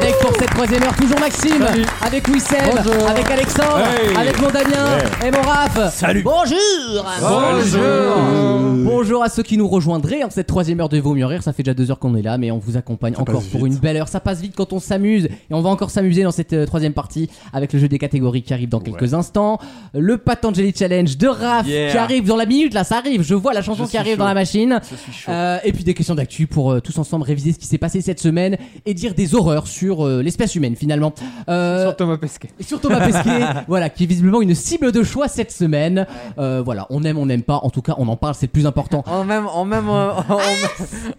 Avec pour cette troisième heure toujours Maxime, avec Wissem, avec Alexandre, avec mon Damien et mon Raph. Salut. Bonjour. Bonjour. Bonjour à ceux qui nous rejoindraient en cette troisième heure de Vaut mieux rire. Ça fait déjà deux heures qu'on est là, mais on vous accompagne encore pour une belle heure. Ça passe vite quand on s'amuse et on va encore s'amuser dans cette euh, troisième partie avec le jeu des catégories qui arrive dans quelques instants. Le Patangeli Challenge de Raph qui arrive dans la minute là, ça arrive. Je vois la chanson qui arrive dans la machine. Euh, et puis des questions d'actu pour euh, tous ensemble réviser ce qui s'est passé cette semaine et dire des horreurs sur euh, l'espèce humaine finalement. Euh, Sur Thomas Pesquet. et sur Thomas Pesquet, voilà, qui est visiblement une cible de choix cette semaine. Euh, voilà, on aime, on n'aime pas. En tout cas, on en parle, c'est le plus important. En même, en même, euh,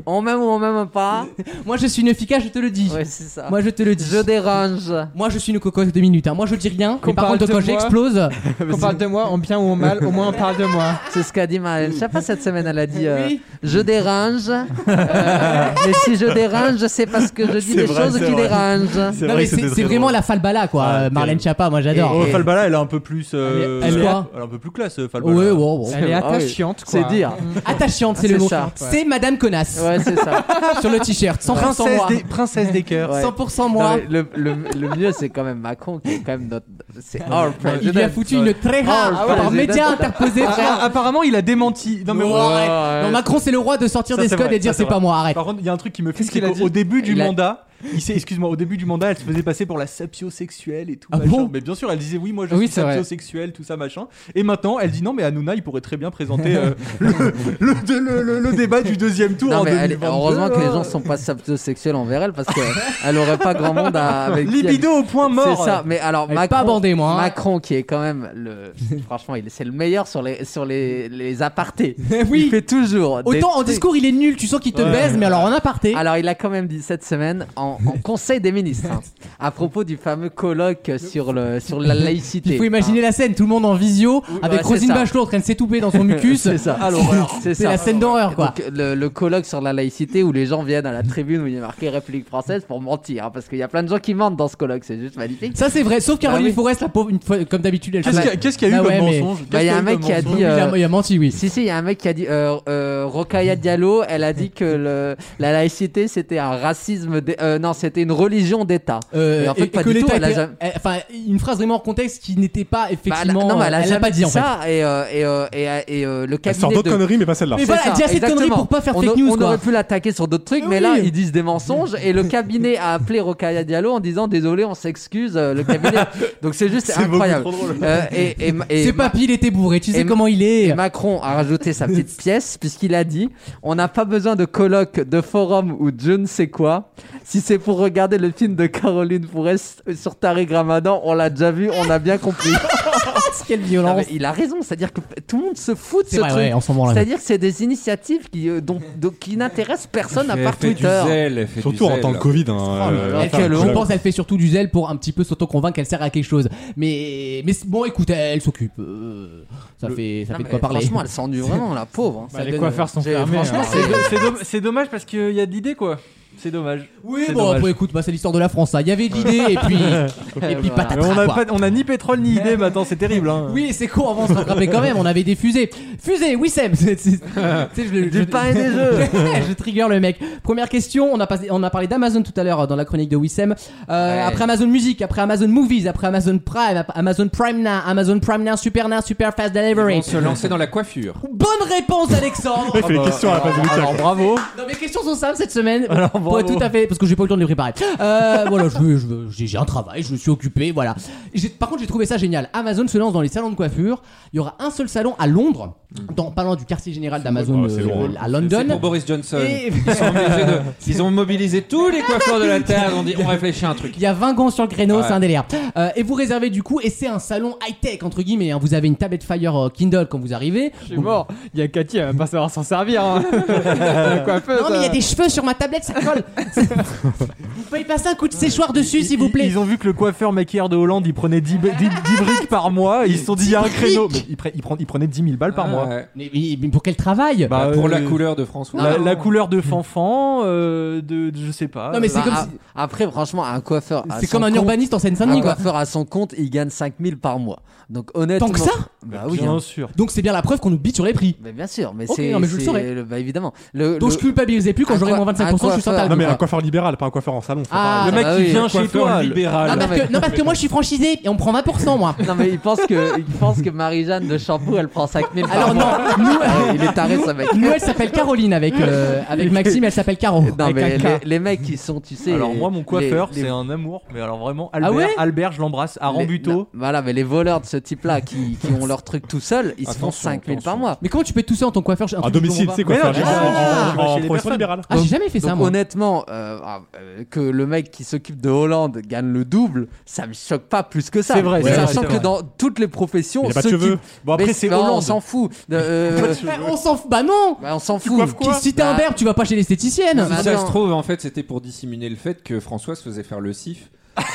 en, en même ou en même pas. Moi, je suis inefficace, je te le dis. Ouais, c'est ça. Moi, je te le dis. je dérange. Moi, je suis une cocotte de minutes. hein. Moi, je dis rien. Qu'on Mais par parle contre, de quand moi. j'explose, Qu'on parle de moi en bien ou en mal, au moins on parle de moi. C'est ce qu'a dit Marlène. Je sais pas cette semaine, elle a dit euh, je dérange. Euh, mais si je dérange, c'est parce que je dis C'est des vrai, choses c'est qui vrai. dérangent. Non, mais c'est c'est vraiment la falbala, quoi. Ah, euh, Marlène terrible. Chapa, moi, j'adore. Eh. Oh, Falbala, elle est un peu plus. euh, Elle est- elle est- elle est un peu plus classe, euh, Falbala. Ouais, ouais, ouais. Elle est Ah oui. attachante, quoi. C'est dire. Attachante, c'est le C'est mot. ça. C'est Madame Connasse Ouais, c'est ça. sur le t-shirt. 100% Princesse moi. des, princesse des cœurs. Ouais. 100% moi. Non, mais le, le, le mieux, c'est quand même Macron qui est quand même notre. C'est hors Il lui a foutu une très rare Ah ouais, par j'ai- média interposé, frère. Ah, apparemment, il a démenti. Non, mais Non, ouais. arrête. Non, Macron, c'est le roi de sortir Ça, des c'est scodes vrai, et dire ça, c'est c'est pas vrai. moi, arrête. Par contre, il y a un truc qui me fait Qu'est-ce qu'il a qu'au dit au début du Il a- mandat, il s'est, excuse-moi, au début du mandat, elle se faisait passer pour la sapiosexuelle et tout. Ah machin. bon mais bien sûr, elle disait oui, moi je Oui, suis c'est vrai. sapiosexuel, tout ça, machin. Et maintenant, elle dit non, mais Hanouna, il pourrait très bien présenter euh, le, le- le- le- le débat du deuxième tour Non, en mais elle- 2022. heureusement que les là. gens sont pas sexuels envers elle parce qu'elle aurait pas grand monde à, avec qui elle- Libido au point mort. C'est ça, mais alors Elle est Macron, pas bandée, moi, hein. Macron qui est quand même le. Franchement, il c'est le meilleur sur les, sur les, les apartés. Oui. Il fait toujours. des Autant en trucs. Ah, discours, il est nul, tu sens qu'il te baise, mais alors en aparté. Alors, il a quand même dit cette semaine en, en Conseil des ministres hein, à propos du fameux colloque sur, le, sur la laïcité. Il faut imaginer la scène, tout le monde en visio, avec ouais, c'est Rosine ça. Bachelot en train de s'étouffer dans son mucus. Ah, Ah, C'est ça. c'est C'est ça. la scène d'horreur, quoi. Donc, le, le colloque sur la laïcité où les gens viennent à la tribune où il est marqué République française pour mentir. hein, parce qu'il y a plein de gens qui mentent dans ce colloque, c'est juste magnifique. Ça, c'est vrai, sauf Caroline Ah oui. Forest, la pauvre, une fois, comme d'habitude, elle Ah Qu'est-ce qu'il y a- qu'est-ce qu'il y a eu Bah comme ouais, mais- mensonge Bah, il y a un mec qui a Oui, dit. il, euh, a, il a menti, oui. Si, si, il y a un mec qui a dit euh, euh, Rokhaya Diallo, elle a dit que le, la laïcité c'était un racisme. d'É- euh, non, c'était une religion d'État. Euh, Mais en fait, et- pas et que du tout, l'État elle a était- jamais- elle- Enfin, une phrase vraiment en contexte qui n'était pas Bah, elle a- effectivement. non, mais elle a elle l'a jamais pas dit en fait. ça, et, euh, et, euh, et, euh, et, euh, le Elle sort cabinet d'autres de. conneries, mais pas celle-là. Mais C'est voilà, ça, elle dit assez de exactement. conneries pour pas faire on, fake a- news, On quoi. aurait pu l'attaquer sur d'autres trucs, Mais mais là, oui. ils disent des mensonges et le cabinet a appelé Rokhaya Diallo en disant désolé, on s'excuse. euh, Le cabinet. Donc c'est juste incroyable. Euh, et, et, et- C'est papy, il était bourré, tu sais et- comment il est. Et Macron a rajouté sa petite pièce puisqu'il a dit on n'a pas besoin de colloque, de forum ou de je ne sais quoi. Si c'est pour regarder le film de Caroline Forest sur Tariq Ramadan, on l'a déjà vu, on a bien compris. Quelle Non, violence. mais il a raison, c'est-à-dire que tout le monde se fout de ce C'est vrai, truc. ouais, en ce moment-là. c'est-à-dire que c'est des initiatives qui, euh, dont- dont- qui n'intéressent personne à part Twitter. Ah, Surtout en temps de Covid. hein, euh, là. Elle fait- enfin, je voilà. pense qu'elle fait surtout du zèle pour un petit peu s'auto-convaincre qu'elle sert à quelque chose. Mais, mais c'est- bon, écoute, elle s'occupe. euh, ça fait, ça Non, fait de mais quoi parler. Franchement, elle s'ennuie vraiment, la pauvre. hein. Ça Bah, les donne- coiffeurs sont J'ai- fermés. franchement, hein. c'est- C'est dom- C'est dommage parce qu'il y a de l'idée, quoi. C'est dommage. Oui, C'est bon, dommage. après, écoute, bah, c'est l'histoire de la France. ça. Il y avait de l'idée et puis, et puis Voilà. patatras, Mais on a, quoi. pas, on a ni pétrole ni idée maintenant, c'est terrible. Hein. Oui, c'est con, avant on se rattrapait quand même, on avait des fusées. Fusées, Wissem c'est- c'est- tu sais, je le- Du je- pain et des jeux. Je trigger le mec. Première question, on a, passé, on a parlé d'Amazon tout à l'heure euh, dans la chronique de Wissem. Euh, Ouais. Après Amazon Music, après Amazon Movies, après Amazon Prime, après Amazon Prime Now, Amazon Prime Now, Super Now, Super Fast Delivery. On se lancer dans la coiffure. Bonne réponse, Alexandre Il fait les questions à la place de Lucas. Alors bravo. Non, mes questions sont simples cette semaine. Alors, Pour être bravo. tout à fait, parce que j'ai pas eu le temps de les préparer. Euh, voilà, je veux- je veux- j'ai j'ai un travail, je me suis occupé, voilà. J'ai- Par contre, j'ai trouvé ça génial. Amazon se lance dans les salons de coiffure. Il y aura un seul salon à Londres, dans parlant du quartier général d'Amazon Ah, c'est euh, drôle. à C'est pour London. Boris Johnson. Et- Ils, sont obligés de- ils ont mobilisé tous les coiffeurs de la Terre. On dit, on réfléchit à un truc. Il y a 20 gants sur le créneau, Ouais. c'est un délire. Euh, et vous réservez du coup, et c'est un salon high-tech entre guillemets. hein. Vous avez une tablette Fire euh, Kindle quand vous arrivez. Je suis mort. Il y a Cathy, elle va pas savoir s'en servir. Hein. Euh, bah. Non, mais il y a des cheveux sur ma tablette, ça colle. casserole. vous pouvez passer un coup de séchoir dessus, s'il vous plaît. Ils ont vu que le coiffeur maquilleur de Hollande, il prenait 10, ba- 10 10 briques par mois. et Ils se sont dit, il y a un créneau. Mais il, pre- il prend- il prenait 10 000 balles par mois. Mais, mais- mais pour quel travail Bah, Ah, pour euh, la couleur de François. Ah. La, la couleur de Fanfan, euh, de, de- je sais pas. Non, mais c'est Bah, comme, a- si- Après, franchement, un coiffeur. à c'est son comme un compte- urbaniste en Un Seine-Saint-Denis, quoi. coiffeur à son compte, il gagne 5000 par mois. Donc honnêtement. Tant que ça Bah oui. bien hein. sûr. Donc c'est bien la preuve qu'on nous bite sur les prix. Mais bien sûr, mais Ok, c'est. non, mais je le c'est saurais. le- Bah évidemment. Le, Donc le- je culpabilisais plus quand Un j'aurais coi- mon 25%, je suis sur ta un Non, coiffeur- ah, mais gueule, un quoi. coiffeur libéral, pas un coiffeur en salon. c'est Ah, Le bah mec qui oui. vient chez toi. le- non, libéral. parce que, non, parce que moi je suis franchisé et on me prend 20% moi. Non, mais il pense que, il pense que Marie-Jeanne de Shampoo, elle prend 5000 par Alors non, mois. nous, Ah, Il est taré, ce mec. nous, elle s'appelle Caroline avec, euh, avec Maxime, elle s'appelle Caro. Non, avec mais un K. les, les mecs qui sont, tu sais. Alors moi mon les- coiffeur les- Ah c'est un amour mais alors vraiment Albert ouais Albert je l'embrasse à les- non, Rambuteau Voilà, mais les voleurs de ce type-là qui, qui ont leur truc tout seul, ils se font Attention, 5000 par attention. mois. Mais comment tu peux être tout seul en tant que coiffeur un À truc dont on domicile, va- c'est quoi Mais faire non, mais- en- Ah, en- chez En les profession personnes. libérale. Ah, j'ai jamais fait ça Donc moi. honnêtement, euh, ah, euh, que le mec qui s'occupe de Hollande gagne le double, ça me choque pas plus que ça. C'est vrai, Mais c'est vrai, sachant c'est que vrai. dans toutes les professions, Il a pas de ceux qui- cheveux. bon Mais après c'est non, on Hollande s'en fout. De, euh, Eh, on s'en fout. Bah non bah, on s'en fout. coiffes quoi Qui- Si t'es un Bah, Ah, berbe, tu vas pas chez l'esthéticienne. bah, Si ça non. se trouve, en fait, c'était pour dissimuler le fait que François se faisait faire le sif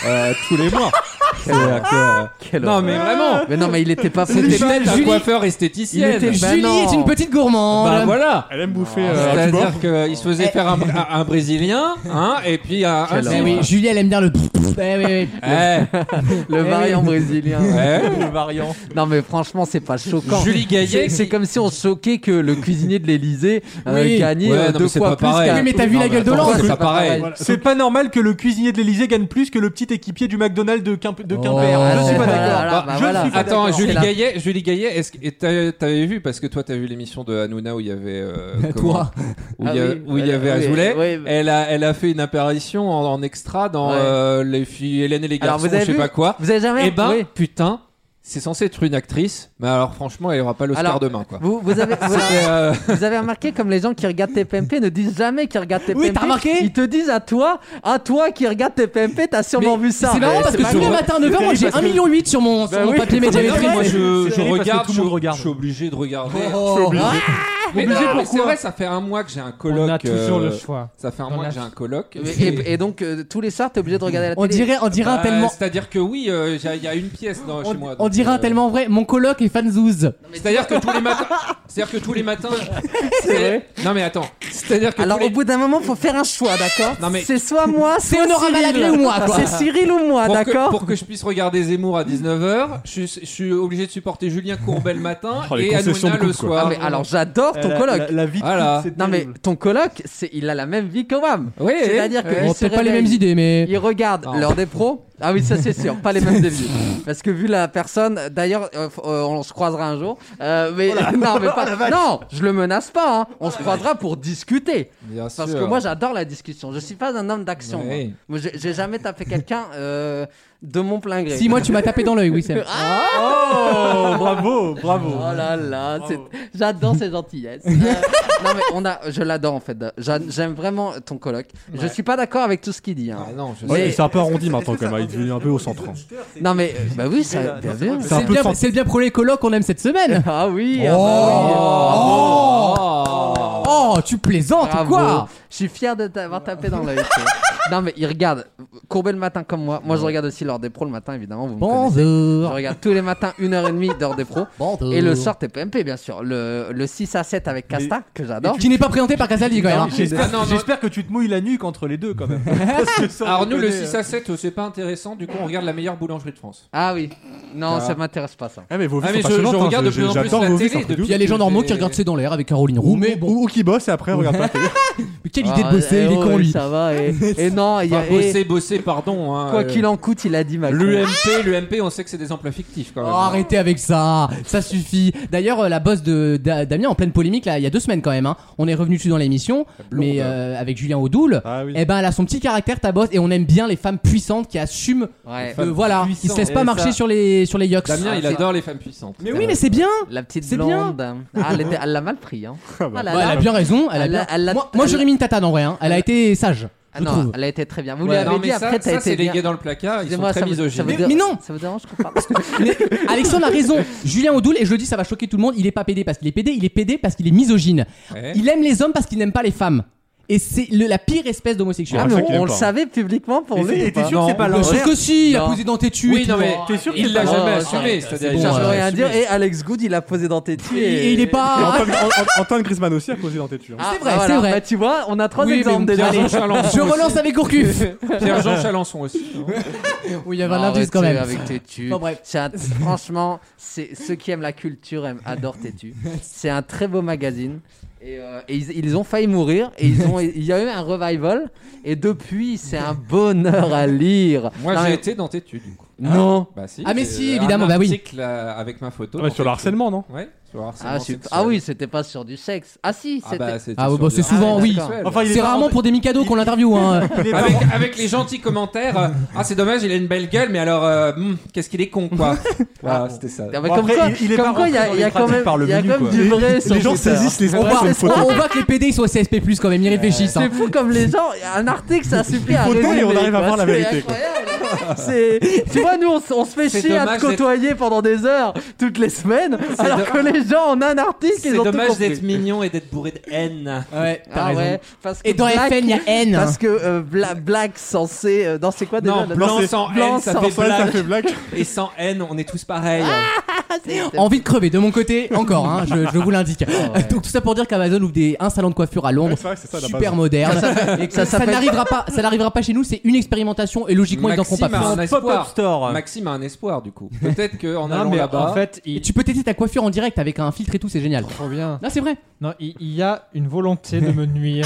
euh, tous les mois. ah, C'est-à-dire que- quelle ah, Non, horreur. mais vraiment, Mais non, mais il était pas fou. c'était Julie- peut-être un Julie- coiffeur Il était- esthéticien. bah Julie non. est une petite gourmande. Bah voilà Elle aime bouffer. euh, du bord. C'est-à-dire qu'il se faisait faire un, un- un Brésilien, hein, et puis un... un Quel Eh Sif. oui, Julie elle aime bien le. Eh oui, oui. Eh, Le variant brésilien. ouais. le variant Non, mais franchement, c'est pas choquant. Julie Gaillet C'est c'est comme si on se choquait que le cuisinier de l'Elysée Oui. gagnait Ouais, euh, non, mais deux c'est fois pas plus pareil. qu'un. Oui, mais t'as vu Non, la gueule de attends, Hollande C'est pas pareil. c'est pas normal que le cuisinier de l'Elysée gagne plus que le petit équipier du McDonald's de, Quimp- de Oh. Quimper Ah, je suis bah, pas d'accord voilà, bah, je voilà. suis pas Ah, d'accord. Attends, d'accord. Julie C'est la- Gaillet, Julie Gaillet, est-ce que et t'as- t'avais vu parce que toi t'as vu l'émission de Hanouna où il y avait euh, comment Toi. où Ah il y, a- oui, où il y euh, avait oui, Azoulay, oui. elle a elle a fait une apparition en, en extra dans Ouais. euh, les filles Hélène et les Alors, garçons, vous avez je sais vu pas quoi. Vous avez jamais Eh ben Oui. putain, c'est censé être une actrice, mais alors franchement, elle aura pas l'Oscar Alors, demain quoi. Vous, vous avez, vous, avez, Et, euh, vous avez remarqué comme les gens qui regardent tes PMP ne disent jamais qu'ils regardent tes Oui, PMP. t'as remarqué Ils te disent à toi, à toi qui regarde tes PMP, t'as sûrement Mais vu ça. Eh, C'est marrant parce que pas tous les grave. matins à 9h, moi j'ai 1,8 million sur mon, sur Bah mon oui. papier médiamétrique. non, moi je, c'est je horrible parce que regarde, tout le je, monde regarde. je suis obligé de regarder. Oh. Mais non, Obligé mais c'est pourquoi vrai, ça fait un mois que j'ai un On colloque. a toujours euh, le choix. Ça fait un Dans mois la- que j'ai un colloque. Et, et- et donc euh, tous les soirs t'es obligé de regarder la On télé. dirait, on dirait un Bah, tellement. C'est-à-dire que oui, euh, j'ai- il y a une pièce dans, chez moi. On donc, dirait euh, un tellement vrai. Mon coloc est fan Zouz. C'est-à-dire que tous les matins. C'est-à-dire que tous les matins. C'est Non mais attends. C'est-à-dire que Alors tous les... au bout d'un moment faut faire un choix, d'accord Non, mais- C'est soit moi, C'est soit Honora Cyril. Malagré ou moi, quoi. C'est Cyril ou moi, pour que, d'accord pour que je puisse regarder Zemmour à 19h, je, suis- je suis obligé de supporter Julien Courbet le matin Oh, les et concessions Hanouna de le couple, quoi. soir. Ah, mais alors j'adore ton la, coloc. la, la vie de Voilà. couple, c'est Non mais terrible. ton coloc, c'est il a la même vie que moi. Oui, C'est-à-dire que- On se fait pas les réveille. mêmes idées, mais. Ils regardent Non. l'heure des pros. Ah oui, ça c'est sûr, pas les mêmes débuts. Parce que vu la personne, d'ailleurs, euh, f- euh, on se croisera un jour. Euh, mais Oh non, mais pas. non, je le menace pas. hein. On se croisera pour discuter. Bien sûr. Parce que moi, j'adore la discussion. Je suis pas un homme d'action. Ouais. moi. Moi, j'ai- j'ai jamais tapé quelqu'un euh, de mon plein gré. Ah Si moi tu m'as tapé dans l'œil, oui, c'est. Ah oh bravo bravo Oh là là, c'est- j'adore ces gentillesses. Euh, non mais on a, je l'adore en fait. J'a- J'aime vraiment ton colloque. Je suis pas d'accord avec tout ce qu'il dit. hein. Ah non, je Ouais. sais. Ouais, C'est un peu arrondi maintenant quand même. Il est devenu un peu au centre. Non mais euh, bah oui, ça, bien vu. C'est le bien, c'est le bien pour les colocs qu'on aime cette semaine. Ah oui. ah bah oui. Oh, Oh. Oh, tu plaisantes ou Bravo. quoi Je suis fier de t'avoir tapé dans l'œil. tu sais. non mais il regarde Courbet le matin comme moi. Moi je regarde aussi l'heure des pros le matin évidemment. Vous me connaissez. Je Bonjour. regarde tous les matins 1h30 d'heure des pros. Bonjour. Et le sort TPMP bien sûr. Le, le 6 à 7 avec Casta que j'adore. Qui n'est pas présenté par Casali quand même. hein. J'espère Ah non, non. j'espère que tu te mouilles la nuque entre les deux quand même. Parce que ça, on Alors nous, le connaît, 6 à 7, euh, c'est pas intéressant. Du coup, on regarde la meilleure boulangerie de France. Ah oui. Non Ah. ça m'intéresse pas ça. Ah mais vos Ah, vies mais sont je- je passionnantes. hein. regarde de plus en plus J'adore la vos télé vies. c'est un truc de depuis- Puis ouf. il y a les gens normaux qui Et- regardent C'est dans l'air avec Caroline Roux, Ou- mais bon. Ou ou qui bosse et après regarde pas la télé. Mais quelle idée de Ah, bosser, eh il est oh, con lui. Ça va, et, et non, il y a, Enfin, et bosser, bosser, pardon. hein, quoi euh, qu'il en coûte, il a dit Macron. L'UMP, l'UMP, on sait que c'est des emplois fictifs quand Oh, même. arrêtez avec ça, ça suffit. D'ailleurs, euh, la bosse de Da- Damien en pleine polémique là, il y a deux semaines quand même. hein. On est revenu dessus dans l'émission, blonde, hein. mais euh, avec Julien Audoul. Ah oui. Eh ben, elle a son petit caractère ta bosse et on aime bien les femmes puissantes qui assument. Ouais. euh, voilà, puissantes. qui se laissent pas Et marcher ça- sur les sur les yox. Damien, il adore les femmes puissantes. Mais oui, mais c'est bien. La petite C'est bien. bah. blonde. Ah, elle, était- elle l'a mal pris. Hein. Ah là Ouais, elle là. a bien raison. Elle a Elle a- bien- elle a- moi, moi, j'aurais mis une tatane en vrai. hein. Elle a été sage. Ah je non, trouve. elle a été très bien. Vous Ouais, l'avez non, dit, mais ça- après, ça, t'as été c'est les bien. gars dans le placard, ils sont Excusez-moi, très ça vous- ça misogynes. vous Mais- dérange- mais non Ça vous dérange, je comprends pas. Alexandre a raison. Julien Audoul et je le dis, ça va choquer tout le monde. Il est pas pédé parce qu'il est pédé. Il est pédé parce qu'il est misogyne. Ouais. Il aime les hommes parce qu'il n'aime pas les femmes. et c'est le- la pire espèce d'homosexuel. Ah, Ah, mais ça qu'il on, aime on le pas. savait publiquement pour Et lui. c'est- ou et t'es pas sûr que c'est pas Bien sûr l'envers que si, il a Non. posé dans tes tuyaux. Oui, non, mais T'es sûr que il c'est l'a pas jamais l'envers assumé. c'est C'est-à-dire, bon, il Ça a veut jamais rien dire. assumé. Et Alex Good, il a posé dans tes tuyaux. Et, et il est Et pas. Antoine, An- Antoine Griezmann aussi a posé dans tes tuyaux. Ah, C'est vrai, voilà. c'est vrai. Bah, tu vois, on a trois Oui, mais exemples Pierre déjà. Jean Chalençon Je aussi. relance avec Gourcuff. Pierre-Jean Chalençon aussi. non oui, il y avait un indice quand Arrêtez même. Avec tes tuyaux. Bon, bref. C'est un- franchement, c'est ceux qui aiment la culture aiment, adorent Tétu. C'est un très beau magazine. Et, euh, et ils, ils ont failli mourir. Et ils ont, il y a eu un revival. Et depuis, c'est un bonheur à lire. Moi, Non, j'ai mais- été dans tes tuyaux, du coup. Non. Bah si. Ah, mais j'ai, si, euh, évidemment, un bah oui. article, euh, avec ma Ah, photo. Ouais, dans sur le tes tuyaux. harcèlement, non Ouais, sur le harcèlement. Ah, super. sexuel. ah oui, c'était pas sur du sexe. Ah si, Ah c'était. bah, c'était Ah, sur bah, du c'est souvent, harcèlement oui. sexuel. Enfin, il est C'est pas- rarement pour des Mikado qu'on l'interviewe. Hein. il est pas- Avec, avec les gentils commentaires, euh, ah c'est dommage, il a une belle gueule, mais alors euh, hmm, qu'est-ce qu'il est con quoi. Voilà, c'était ça. Ah, mais Bon, comme après, quoi, il- il est comme pas quoi, il y a, rentré dans il y a les quand pratiques même, par le il y a menu, quand même quoi. du vrai sur Les gens Twitter. saisissent les On, espaces voit, de photos. on voit que les PD ils sont CSP, quand même, ils réfléchissent. hein. C'est fou comme les gens, un article ça suffit à Une photo et résumer, on arrive à quoi. voir la C'est vérité, quoi. incroyable. C'est tu vois nous on, s- on se fait C'est chier à dommage te côtoyer pendant des heures toutes les semaines alors do- que les gens en un article C'est ils ont tout dommage compris. d'être mignon et d'être bourré de haine. Ouais, t'as Ah raison. ouais, parce que Et dans Black- FN, il y a N. hein. parce que euh, Bla- Black censé euh, non c'est quoi déjà Non, le- blanc sans haine, ça sans- fait Ça, ça blague. fait blague. Et sans haine, on est tous pareils. Ah Envie de crever de mon côté, encore, hein, je, je vous l'indique. Donc tout ça pour dire qu'Amazon ouvre des, un salon de coiffure à Londres, Ouais, c'est vrai que c'est ça, d'Amazon. super moderne. et que ça, ça s'appelle- n'arrivera pas, ça n'arrivera pas chez nous. C'est une expérimentation et logiquement ils en feront Maxime pas a plus. un Pop-up espoir. store. Maxime a un espoir du coup. Peut-être qu'en Non, allant mais là-bas, en fait, Et il tu peux tester ta coiffure en direct avec un filtre et tout, c'est génial. trop bien. Là c'est vrai. Non, il il y a une volonté de me nuire.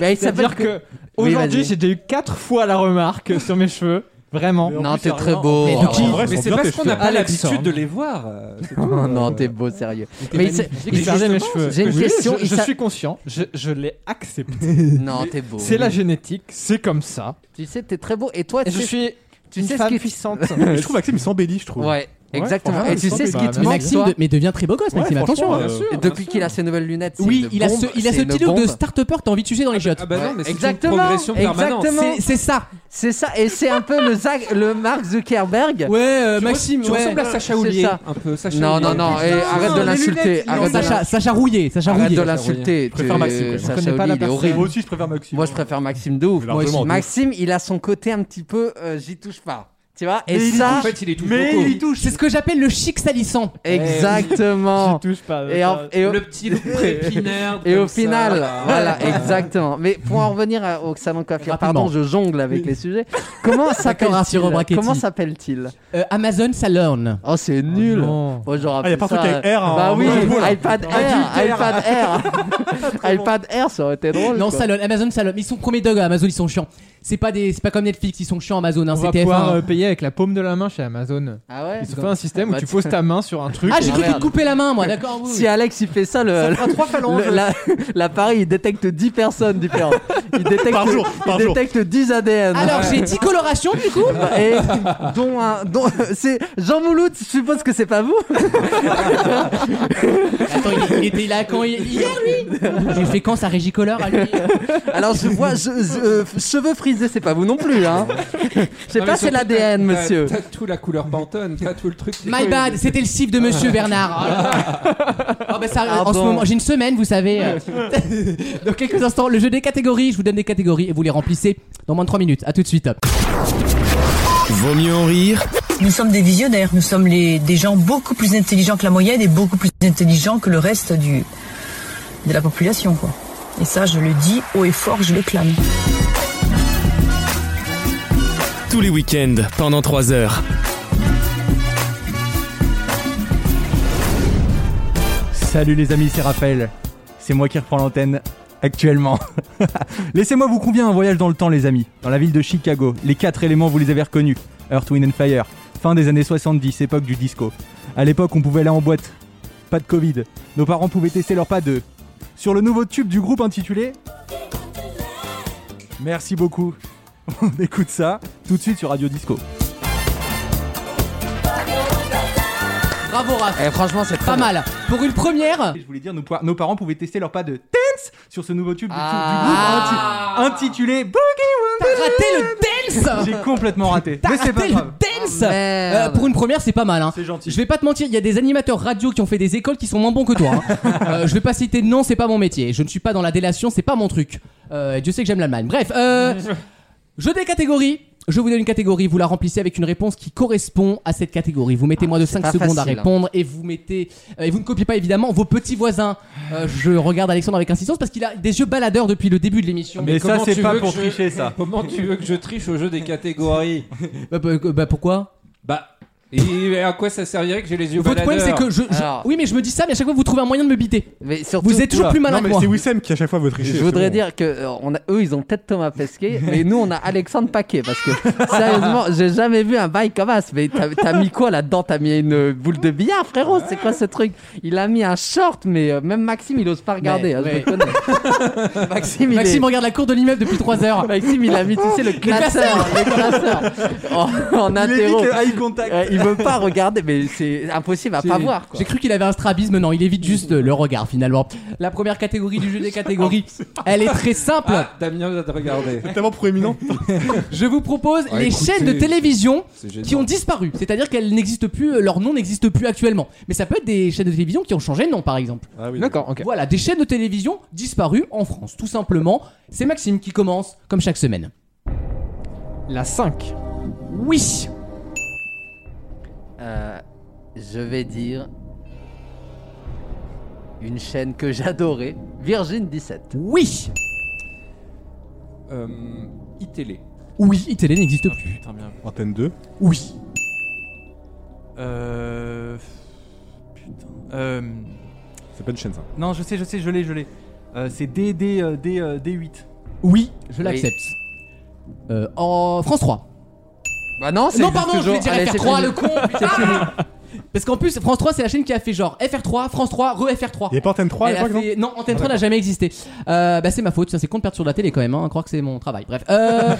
Mais il s'appelle C'est-à-dire que que Oui, aujourd'hui, vas-y. j'ai déjà eu quatre fois la remarque sur mes cheveux. Vraiment. non t'es très beau Mais Oh, de qui En vrai, mais ils sont c'est bien parce testés. qu'on n'a Ah, pas Alex, l'habitude hein. de les voir. euh, c'est tout. Oh, non t'es beau sérieux mais il s'est- J'ai gardé mes cheveux. j'ai une Je- question, Je, il je s'a- suis conscient. Je, je l'ai accepté. non t'es beau C'est la génétique. C'est comme ça. tu sais t'es très beau et toi Et tu je sais- suis tu une sais ce femme qui- puissante. Je trouve Maxime, il s'embellit, je trouve. ouais exactement franchement, et tu il sais ce qui semble- te Mais manque Maxime, toi de- mais devient très beau gosse, Ouais, Maxime. Attention. franchement, hein. euh, Et depuis qu'il a ses nouvelles lunettes, c'est Oui, une il a ce, bombe, il a ce c'est une petit look de bombe. start-upper. T'as envie de sucer dans les chiottes. Ah bah non, mais c'est une Exactement, progression permanente. exactement. C'est- C'est ça. C'est ça, et c'est un peu le, Zag- le Mark Zuckerberg. Ouais, euh, Maxime. Tu ouais. ressembles à Sacha C'est Oulier ça. un peu. Sacha Non, Houlier. non, non, et arrête de l'insulter. Arrête, de Sacha, Sacha Rouillé, Sacha arrête Rouillé. de l'insulter. préfère tu- Maxime, quoi. Sacha On connaît pas la Oli, il est personne. horrible. Moi aussi, je préfère Maxime. Moi, je préfère Maxime de ouf. Largement, de ouf. Maxime, il a son côté un petit peu euh, j'y touche pas. Tu vois Et Mais il ça, En fait, il est tout Mais coco. il y touche. C'est ce que j'appelle le chic salissant. exactement. J'y touche pas. Oh. Et, en- et au- Le petit prépinaire. et au final, voilà, exactement. Mais pour en revenir à- au salon de coiffure, Rapidement. pardon, je jongle avec les sujets. Comment s'appelle-t-il Arturo Brachetti. Comment s'appelle-t-il Euh, Amazon Salon. Oh, c'est nul. Non. Oh, j'aurais Ah, y a appelé pas un ça, truc avec euh, R en- Bah en oui, mot. iPad Air, iPad Air. iPad Air, ça aurait été drôle. Non, quoi. Salon, Amazon Salon. Ils sont combien de Amazon, ils sont chiants. C'est pas des, c'est pas comme Netflix, ils sont chiants Amazon. Hein, On c'est va TF1, pouvoir hein. euh, payer avec la paume de la main chez Amazon. Ah ouais Ils ont fait un système où Bah, tu tu- poses ta main sur un truc. Ah, j'ai cru Ah, qu'il te merde. coupait la main, moi. D'accord. oui, oui. Si Alex il fait ça, le, le- le- la- l'appareil il détecte 10 personnes différentes. Il détecte, Par jour, par il jour. détecte 10 ADN. Alors j'ai 10 colorations du coup. Et dont un. Dont, c'est Jean Mouloud, je suppose que c'est pas vous Attends, il, il était là quand il- hier lui. J'ai fait quand sa régie color à lui. Alors je vois je- je- euh, cheveux frisés, c'est pas vous non plus. Hein. Je sais Non, pas, mais c'est surtout, l'ADN, t'as- monsieur. T'as tout la couleur Pantone, t'as tout le truc. My bad, c'était le cif de Ah. Monsieur Bernard. Oh là là. Oh, bah, ça, en ce Pardon. moment, j'ai une semaine, vous savez. euh. Dans quelques instants, le jeu des catégories. Je vous donne des catégories et vous les remplissez dans moins de 3 minutes. À tout de suite. Vaut mieux en rire Nous sommes des visionnaires, nous sommes les, des gens beaucoup plus intelligents que la moyenne et beaucoup plus intelligents que le reste du, de la population. Quoi. Et ça, je le dis haut et fort, je l'éclame. tous les week-ends pendant 3 heures. Salut les amis, c'est Raphaël. C'est moi qui reprends l'antenne actuellement. Laissez-moi vous convier à un voyage dans le temps, les amis. Dans la ville de Chicago, les quatre éléments, vous les avez reconnus. Earth, Wind and Fire. Fin des années 70, époque du disco. À l'époque, on pouvait aller en boîte. Pas de Covid. Nos parents pouvaient tester leur pas de. Sur le nouveau tube du groupe intitulé. Merci beaucoup. On écoute ça tout de suite sur Radio Disco. Bravo Raph. Eh, franchement, c'est Pas mal. Pour une première. Je voulais dire, nos, po- nos parents pouvaient tester leur pas de dance sur ce nouveau tube du- du, groupe Ah. inti- intitulé Boogie T'as raté le dance J'ai complètement raté. T'as Mais c'est pas raté le grave. Ah, dance Oh, Euh, merde. Pour une première, c'est pas mal. Hein. C'est gentil. Je vais pas te mentir, il y a des animateurs radio qui ont fait des écoles qui sont moins bons que toi. hein. Euh, je vais pas citer de nom, c'est pas mon métier. Je ne suis pas dans la délation, c'est pas mon truc. Euh, et Dieu sait que j'aime l'Allemagne. Bref, euh, jeu des catégories. Je vous donne une catégorie, vous la remplissez avec une réponse qui correspond à cette catégorie. Vous mettez moins de 5 pas secondes à facile. répondre et vous mettez euh, et vous ne copiez pas évidemment vos petits voisins. Euh, je regarde Alexandre avec insistance parce qu'il a des yeux baladeurs depuis le début de l'émission. Mais ça, comment c'est tu pas veux pour que je- tricher, ça. Comment tu veux que je triche au jeu des catégories Bah, bah, bah, pourquoi Bah, et à quoi ça servirait que j'ai les yeux Votre problème c'est baladeurs que je, je- Alors- oui mais je me dis ça mais à chaque fois vous trouvez un moyen de me biter. Mais surtout, Vous êtes toujours oula, plus malin Non, que mais moi. c'est Wissem qui à chaque fois veut tricher. Je c'est voudrais bon. dire que euh, on a, eux ils ont peut-être Thomas Pesquet, mais nous on a Alexandre Paquet parce que sérieusement j'ai jamais vu un bail comme ça. Mais t'as t'as mis quoi là-dedans T'as mis une euh, boule de billard frérot C'est quoi ce truc Il a mis un short mais euh, même Maxime il ose pas regarder. Mais, hein, ouais. je le connais. Maxime, il est- Maxime regarde la cour de l'immeuble depuis 3 heures. Maxime, il a mis, tu sais, le classeur, le classeur en, en interro. Euh, il veut pas regarder, mais c'est impossible à pas J'ai- voir. Quoi. J'ai cru qu'il avait un strabisme, non, il évite juste euh, le regard finalement. La première catégorie du jeu des catégories, elle est très simple. Ah, Damien va te regarder. Tellement proéminent. Je vous propose Ah, les écoutez, chaînes de télévision C'est génial. qui ont disparu, c'est-à-dire qu'elles n'existent plus, euh, leur nom n'existe plus actuellement. Mais ça peut être des chaînes de télévision qui ont changé de nom par exemple. D'accord, ok. Voilà, des chaînes de télévision disparues en France, tout simplement. C'est Maxime qui commence, comme chaque semaine. La 5. Oui Euh, je vais dire une chaîne que j'adorais, Virgin 17. Oui Euh, iTélé. Oui, ITL n'existe plus. Putain, bien. Antenne 2. Oui Euh. Putain. Euh. C'est pas une chaîne ça. Non, je sais, je sais, je l'ai, je l'ai. Euh, c'est D, D, euh, D, euh, D8. Oui, je l'accepte. Euh, en France 3. Bah non, c'est Non, pardon, toujours... je vais dire Allez, c'est FR3, fini. le con putain. Parce qu'en plus, France 3, c'est la chaîne qui a fait genre FR3, France 3, re-FR3. Il y a pas Antenne 3 à Elle a l'époque, non fait- Non, Antenne 3 n'a jamais existé. Euh, bah, c'est ma faute, tiens, c'est compte perdre sur la télé quand même, hein, à croire que c'est mon travail. Bref, euh,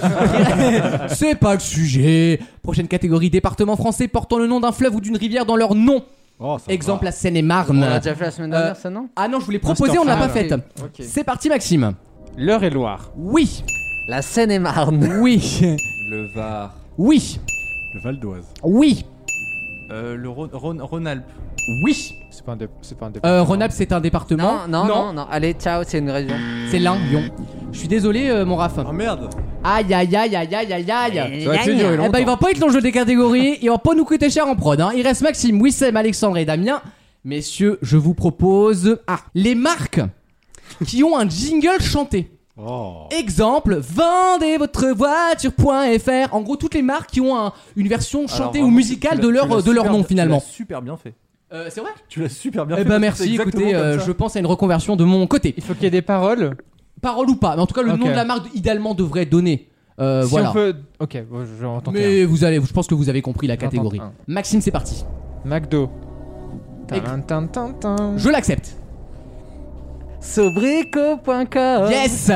c'est pas le sujet. Prochaine catégorie département français portant le nom d'un fleuve ou d'une rivière dans leur nom. Oh, ça va. Exemple, la On l'a Seine-et-Marne. déjà fait la semaine dernière, Euh, ça non Ah non, je voulais proposer, on ne l'a pas faite. C'est parti, Maxime. L'heure et Loire. Oui, La Seine-et-Marne. oui, Le Var. oui, Le Val d'Oise. oui, Euh, le Rhône- Rhône- Rhône-Alpes. oui. C'est pas un dé- c'est pas un dé- Euh, Rhône-Alpes, c'est un département. Non, non, non, non. Allez, ciao, c'est une région. C'est l'un, Lyon. Je suis désolé, euh, mon Raph. Ah merde Aïe aïe aïe aïe aïe aïe aïe. Ça va te durer Eh ben, il va pas être long jeu des catégories, il va pas nous coûter cher en prod. hein. Il reste Maxime, Wissem, Alexandre et Damien. Messieurs, je vous propose ah, les marques qui ont un jingle chanté. Oh. Exemple, vendez votre voiture.fr. En gros, toutes les marques qui ont un- une version Alors, chantée vraiment, ou tu- musicale tu de l'as- leur, tu l'as de leur super- nom tu l'as finalement. super bien fait. Euh, c'est vrai Tu l'as super bien Eh fait. ben parce que c'est merci, exactement écoutez, comme euh, ça. je pense à une reconversion de mon côté. Il faut qu'il y ait des paroles. Parole ou pas, mais en tout cas, le Ok. nom de la marque idéalement devrait être donné. Euh, si voilà. on peut. Ok, bon, je vais en tenter Mais vous allez, je pense que vous avez compris la J'entends catégorie. un. Maxime, c'est parti. un. McDo. Et- Tin, tin, tin, tin. Je l'accepte. Euh, Sobrico.com. Yes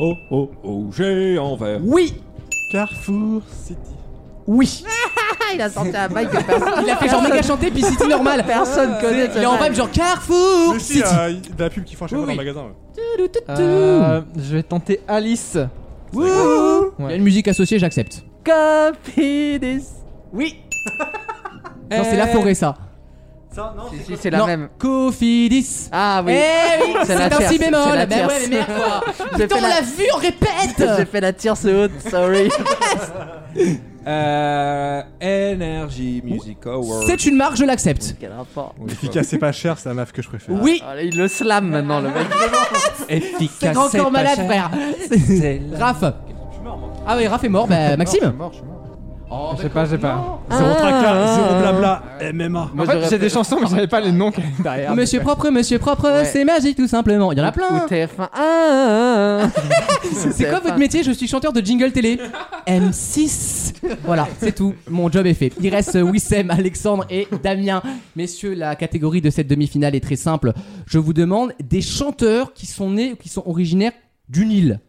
Oh, oh, oh, j'ai en vert. Oui Carrefour City. Oui Ah, il a sorti un bail que personne, Il a fait genre méga chanter, puis City normal. personne connaît. Il est en vibe genre Carrefour Mais si, City. euh, il y a de la pub qui font à chaque Oui, fois dans oui. le magasin. ouais. Euh, je vais tenter Alice. Il y a une musique associée, j'accepte. Copie this. Oui Non, c'est la Eh. forêt ça. Si, si, c'est la Non, même. Cofidis. Ah oui. Eh oui, C'est c'est la un tierce, si c'est bémol. la Ben ouais, tierce. mais merde quoi. J'ai Putain, fait on la- l'a vu, on J'ai répète. fait la tierce haute, sorry. Euh, Energy Music Award. C'est une marque, je l'accepte. Quel rapport. Oui, Efficace, c'est pas cher, c'est la maf que je préfère. Oui, Ah, il le slam maintenant, le mec. c'est Efficace. grand corps malade, frère. Raph. Ah oui, Raph est mort. Bah, Je suis Maxime. mort, je suis mort. je sais pas, je sais pas. Zéro tracas, zéro blabla, MMA. En fait, j'ai des chansons, mais j'avais pas les noms qu'il y avait derrière. Monsieur propre, monsieur propre, Ouais. c'est magique tout simplement. Il y en a Ou plein. hein. TF1. Ah, ah, ah. C'est quoi TF1. votre métier Je suis chanteur de jingle télé. M6. Voilà, c'est tout. Mon job est fait. Il reste euh, Wissem, Alexandre et Damien. Messieurs, la catégorie de cette demi-finale est très simple. Je vous demande des chanteurs qui sont nés ou qui sont originaires d'une île.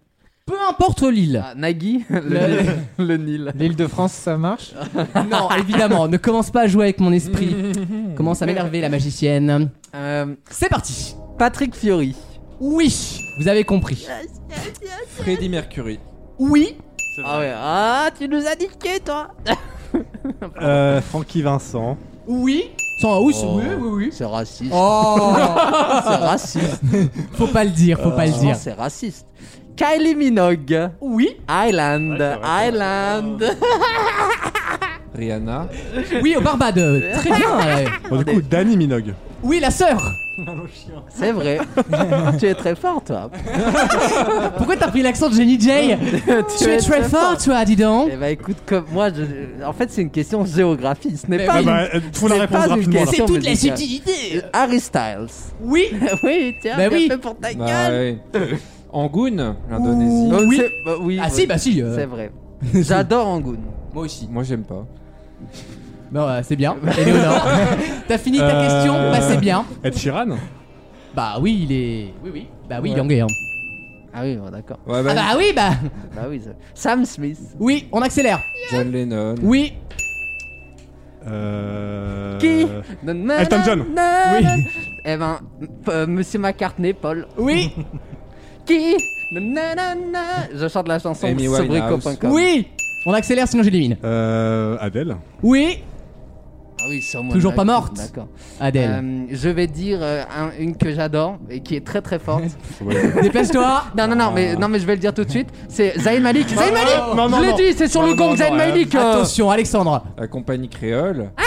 Peu importe l'île. Ah, Nagui, le, le Nil. L'île de France, ça marche Non, évidemment, ne commence pas à jouer avec mon esprit. Commence à m'énerver la magicienne. Euh, C'est parti. Patrick Fiori. Oui, vous avez compris. Freddie Mercury. Oui, c'est vrai. Ah ouais. Ah, tu nous as niqué, toi Euh, Francky Vincent. Oui Sans un housse, oui, oui, oui. C'est raciste. Oh C'est raciste. Faut pas le dire, faut pas le Franchement, dire. C'est raciste. Kylie Minogue. Oui Ouais, Island. c'est vrai, c'est vrai. Island. Rihanna. Oui, au Barbade. Très bien. euh. Bon, du coup, Danny Minogue. Oui, la sœur C'est vrai. tu es très fort, toi. Pourquoi t'as pris l'accent de Jenny J Tu es très fort, toi, dis donc Eh bah écoute, comme moi, je- en fait, c'est une question géographie. Ce n'est Mais pas oui. une Bah, euh, faut C'est la réponse pas une rapidement. là. question. C'est toute la musicale. subtilité Harry Styles. Oui oui, tiens, Bah bien oui. fait pour ta gueule. Bah, ouais. Angoon, l'Indonésie. Euh, Oui. c'est- bah oui, Ah oui. si, bah si euh, C'est vrai. J'adore Angoon. Moi aussi. Moi j'aime pas. Bon, euh, c'est bien. Éléonore, t'as fini ta Euh, question Bah, c'est bien. Ed Sheeran. Bah oui, il est... Oui, oui. Bah oui, il est anglais, hein. Ah oui, bon, d'accord. Ouais, bah, Ah bah oui, bah... Bah oui, ça- Sam Smith. Oui, on accélère. John Lennon. Oui, Euh... Qui Elton John. Oui. Eh ben, euh, Monsieur McCartney, Paul. oui, Qui Nanana. Je chante la chanson Amy Winehouse. sobrico.com. oui On accélère, sinon j'élimine. Euh, Adèle. Oui Ah oui, sûrement, Toujours pas d'accord, morte. D'accord. Adèle. Euh, je vais dire euh, un- une que j'adore et qui est très très forte. Ouais. Dépêche-toi Non, non, non, mais, non, mais je vais le dire tout de suite. C'est Zayn Malik. Zayn Malik non, non, Je l'ai non. dit, c'est sur Non, le gong non, Zayn non, Malik. euh. Attention, Alexandre. La compagnie créole. Ah,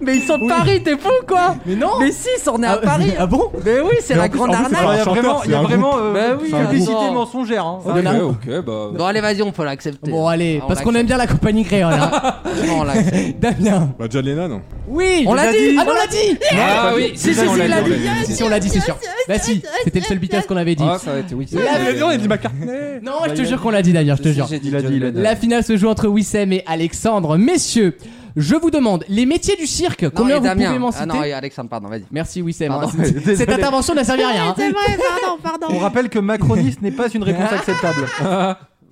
Mais ils sont de Paris, t'es fou quoi Mais non Mais si, on est à Ah, Paris. hein. Ah bon Mais oui, c'est Mais la en plus- grande en plus, c'est arnaque. un Il y a chanteur, vraiment, il y a c'est un vraiment euh, Bah oui, un publicité groupe. mensongère. hein. Il y en a ok, un. ok, bah. Bon, allez, vas-y, on peut l'accepter. Bon, allez, Ah, on parce qu'on aime bien la compagnie créole. hein. l'accepte. Non, on l'accepte. Damien. Bah, John Lennon. Oui On l'a dit Ah non, on l'a dit Ah oui, Si, si, on si, l'a il l'a dit, on dit. l'a dit. Si, si, on l'a dit, c'est sûr. Bah si, c'était le seul Beatles qu'on avait dit. Ah, ça va être oui. c'est- La- Non, il a dit McCartney. Non, je te Ah, jure qu'on l'a dit, Damien, je te Si, jure. j'ai dit, John Lennon. La finale se joue entre Wissem et Alexandre. Messieurs, je vous demande, les métiers du cirque, Non, combien et vous Damien. pouvez m'en Ah non, citer et Alexandre, pardon, vas-y. Merci Wissem. Pardon. hein, c'est- Cette Désolé. intervention n'a servi à rien. hein. On rappelle que macroniste n'est pas une réponse acceptable.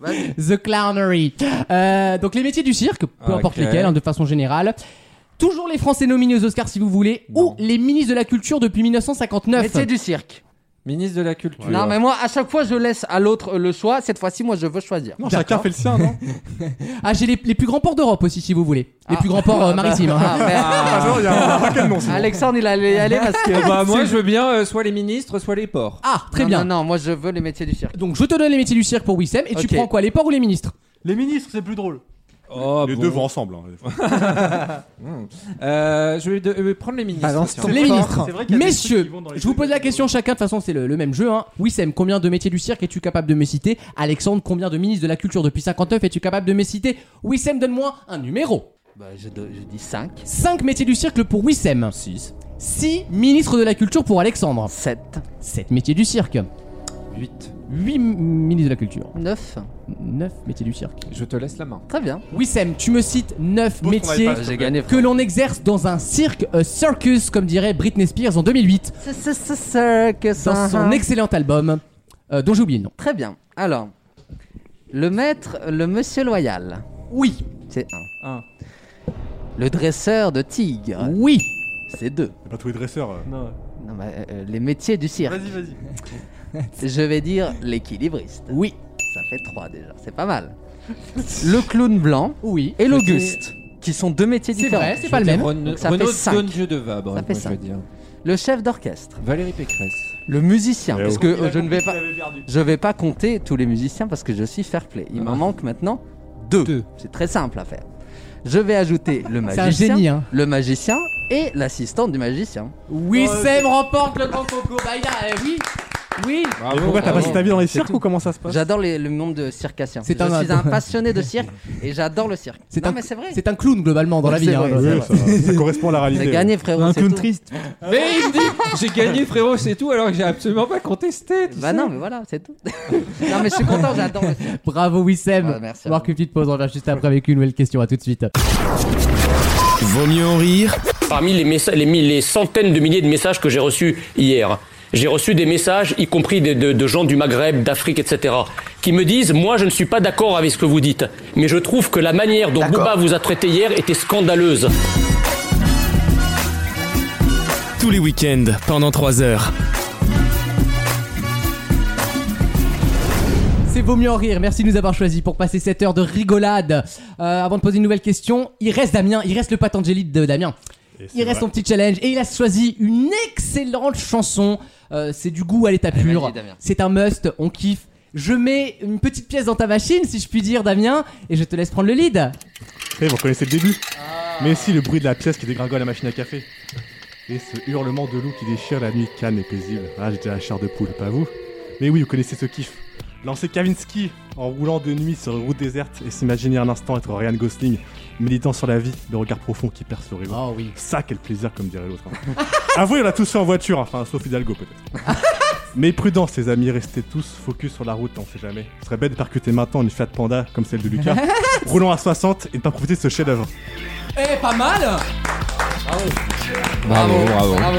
The Clownery. Euh, donc les métiers du cirque, peu Ah, Ok. importe lesquels, hein, de façon générale. Toujours les Français nominés aux Oscars si vous voulez, ou les ministres de la Culture depuis 1959. Métier du cirque. Ministre de la Culture. Non, mais moi, à chaque fois, je laisse à l'autre euh, le choix. Cette fois-ci, moi, je veux choisir. Non, chacun fait le sien, non Ah, j'ai les, les plus grands ports d'Europe aussi si vous voulez. Les Ah. plus grands ports euh, maritimes. hein. Ah, merde. Ah, non, il y a un paquet de noms. sinon. Alexandre, il allait y aller parce que. Ah bah, moi je veux bien euh, soit les ministres, soit les ports. Ah, très Non, bien. Non, non, moi, je veux les métiers du cirque. Donc je te donne les métiers du cirque pour Wissem et Ok. tu prends quoi, les ports ou les ministres Les ministres, c'est plus drôle. Oh, Les bon. deux vont ensemble. hein. Euh, je, vais de- je vais prendre les ministres. tiens. Les ministres. C'est vrai qu'il y a des trucs Messieurs, qui vont dans les je vous trucs pose la qui vont question chacun, de toute façon c'est le, le même jeu. Hein. Wissem, combien de métiers du cirque es-tu capable de me citer Alexandre, combien de ministres de la Culture depuis 59 es-tu capable de me citer Wissem, donne-moi un numéro. Bah, je, do- je dis 5, 5 métiers du cirque pour Wissem. 6. 6 ministres de la culture pour Alexandre. 7, 7 métiers du cirque. 8. 8 ministres de la culture. 9. 9 métiers du cirque. Je te laisse la main. Très bien. Wissem, tu me cites 9 métiers Bah, J'ai gagné. que l'on exerce dans un cirque, a circus, comme dirait Britney Spears en 2008, C'est c'est- c'est circus. dans hein, son hein. excellent album, euh, dont j'ai oublié le nom. Très bien. Alors, le maître, le monsieur loyal, Oui, c'est 1. Le dresseur de tigre, oui, c'est 2. C'est pas tous les dresseurs. euh. Non, bah, euh, euh, les métiers du cirque. Vas-y, vas-y. Je vais dire l'équilibriste. oui, Ça fait 3 déjà. C'est pas mal. Le clown blanc oui. et l'auguste, qui sont deux métiers C'est différents. vrai, c'est pas le même. Renaud Donc ça fait Renaud cinq. Donne Dieu de Vabre. Ça fait moi, je cinq. veux dire. Le chef d'orchestre, Valérie Pécresse. le musicien, Eh parce oh. que euh, je ne vais pas, je vais pas compter tous les musiciens parce que je suis fair play. Il Ah. m'en manque maintenant deux. Deux. C'est très simple à faire. Je vais ajouter le C'est un magicien. génie, hein. le magicien et l'assistante du magicien. Wissem remporte le grand concours. Bah, il a- euh, oui, oui. Bravo. Pourquoi t'as bravo. passé ta vie dans les cirques ou comment ça se passe J'adore les- le monde de circassiens. Je C'est un- suis un passionné de cirque et j'adore le cirque. C'est Non, un- mais c'est vrai. C'est un clown globalement dans la C'est vie. hein. vrai, Oui, ça, ça correspond à la T'as réalité. gagné, frérot. c'est tout. triste. Mais il me dit J'ai gagné, frérot, c'est tout, alors que j'ai absolument pas contesté. tu Bah sais. non, mais voilà, c'est tout. non, mais je suis content, j'adore le cirque. Bravo Wissem. Ouais, merci à On marque une petite pause, on revient juste après avec une nouvelle question. À tout de suite. Vaut mieux en rire Parmi les, messa- les, mi- les centaines de milliers de messages que j'ai reçus hier, j'ai reçu des messages, y compris des- de, de gens du Maghreb, d'Afrique, etc., qui me disent Moi, je ne suis pas d'accord avec ce que vous dites, mais je trouve que la manière dont Bouba vous a traité hier était scandaleuse. tous les week-ends pendant 3 heures. C'est Vaut mieux en rire. Merci de nous avoir choisis pour passer cette heure de rigolade. Euh, avant de poser une nouvelle question, il reste Damien, il reste le patangélite de Damien. Il reste son petit challenge et il a choisi une excellente chanson. Euh, c'est du goût à Eh l'état ben, pur. vas-y, Damien. C'est un must, on kiffe. Je mets une petite pièce dans ta machine, si je puis dire, Damien, et je te laisse prendre le lead. Eh, vous connaissez le début Mais si, le bruit de la pièce qui dégringole la machine à café. Et ce hurlement de loup qui déchire la nuit calme et paisible. Ah, j'étais à la chair de poule, pas vous Mais oui, vous connaissez ce kiff. Lancer Kavinsky en roulant de nuit sur une route déserte et s'imaginer un instant être Ryan Gosling, méditant sur la vie, le regard profond qui perce le rideau. Oh oui. Ça, quel plaisir, comme dirait l'autre. hein. Avouez, on l'a tous fait en voiture, enfin, sauf Hidalgo peut-être. Mais prudence, les amis, restez tous focus sur la route, on sait jamais. Ce serait bête de percuter maintenant une Fiat Panda comme celle de Lucas, roulant à 60 et ne pas profiter de ce chef-d'œuvre. Eh, pas mal Bravo, bravo.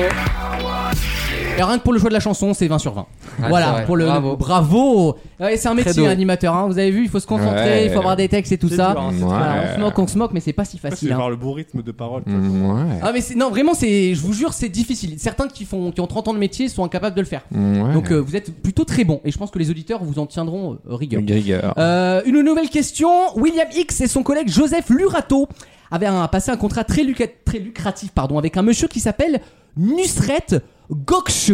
Et rien que pour le choix de la chanson, c'est 20 sur 20. Ah, c'est voilà, vrai. pour le Bravo. bravo. Ouais, c'est un Très métier, doué. animateur. hein. Vous avez vu, il faut se concentrer, Ouais. il faut avoir des textes et tout C'est ça. dur, hein, c'est Voilà, dur. on se moque, on se moque, mais c'est pas si C'est facile. hein. par le bon rythme de parole. Ah mais c'est- non vraiment c'est je vous jure c'est difficile. Certains qui font qui ont 30 ans de métier sont incapables de le faire. Ouais. Donc euh, vous êtes plutôt très bon et je pense que les auditeurs vous en tiendront euh, rigueur. Rigueur. Euh, une nouvelle question. William X et son collègue Joseph Lurato avaient un- passé un contrat très, lucra- très lucratif pardon avec un monsieur qui s'appelle Nusret Gökçe.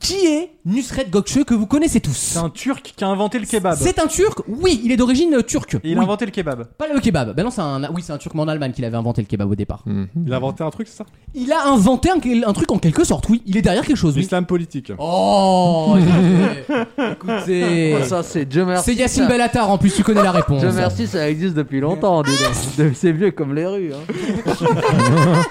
Qui est Nusret Gökçe que vous connaissez tous C'est un Turc qui a inventé le kebab. C'est un Turc Oui, il est d'origine euh, turque. Et il a Oui. inventé le kebab. Pas le kebab. Ben non, c'est un oui, c'est un Turc mais en Allemagne qui l'avait inventé le kebab au départ. Hmm. Il a inventé un truc, c'est ça Il a inventé un, un truc en quelque sorte, oui. Il est derrière quelque chose. L'islam politique. Oh Écoutez. Oh, ça, c'est Dieu merci. C'est Yacine ça. Bellatar en plus, tu connais la réponse. Dieu merci, ça existe depuis longtemps. dis donc. De- Ah. C'est vieux comme les rues. hein.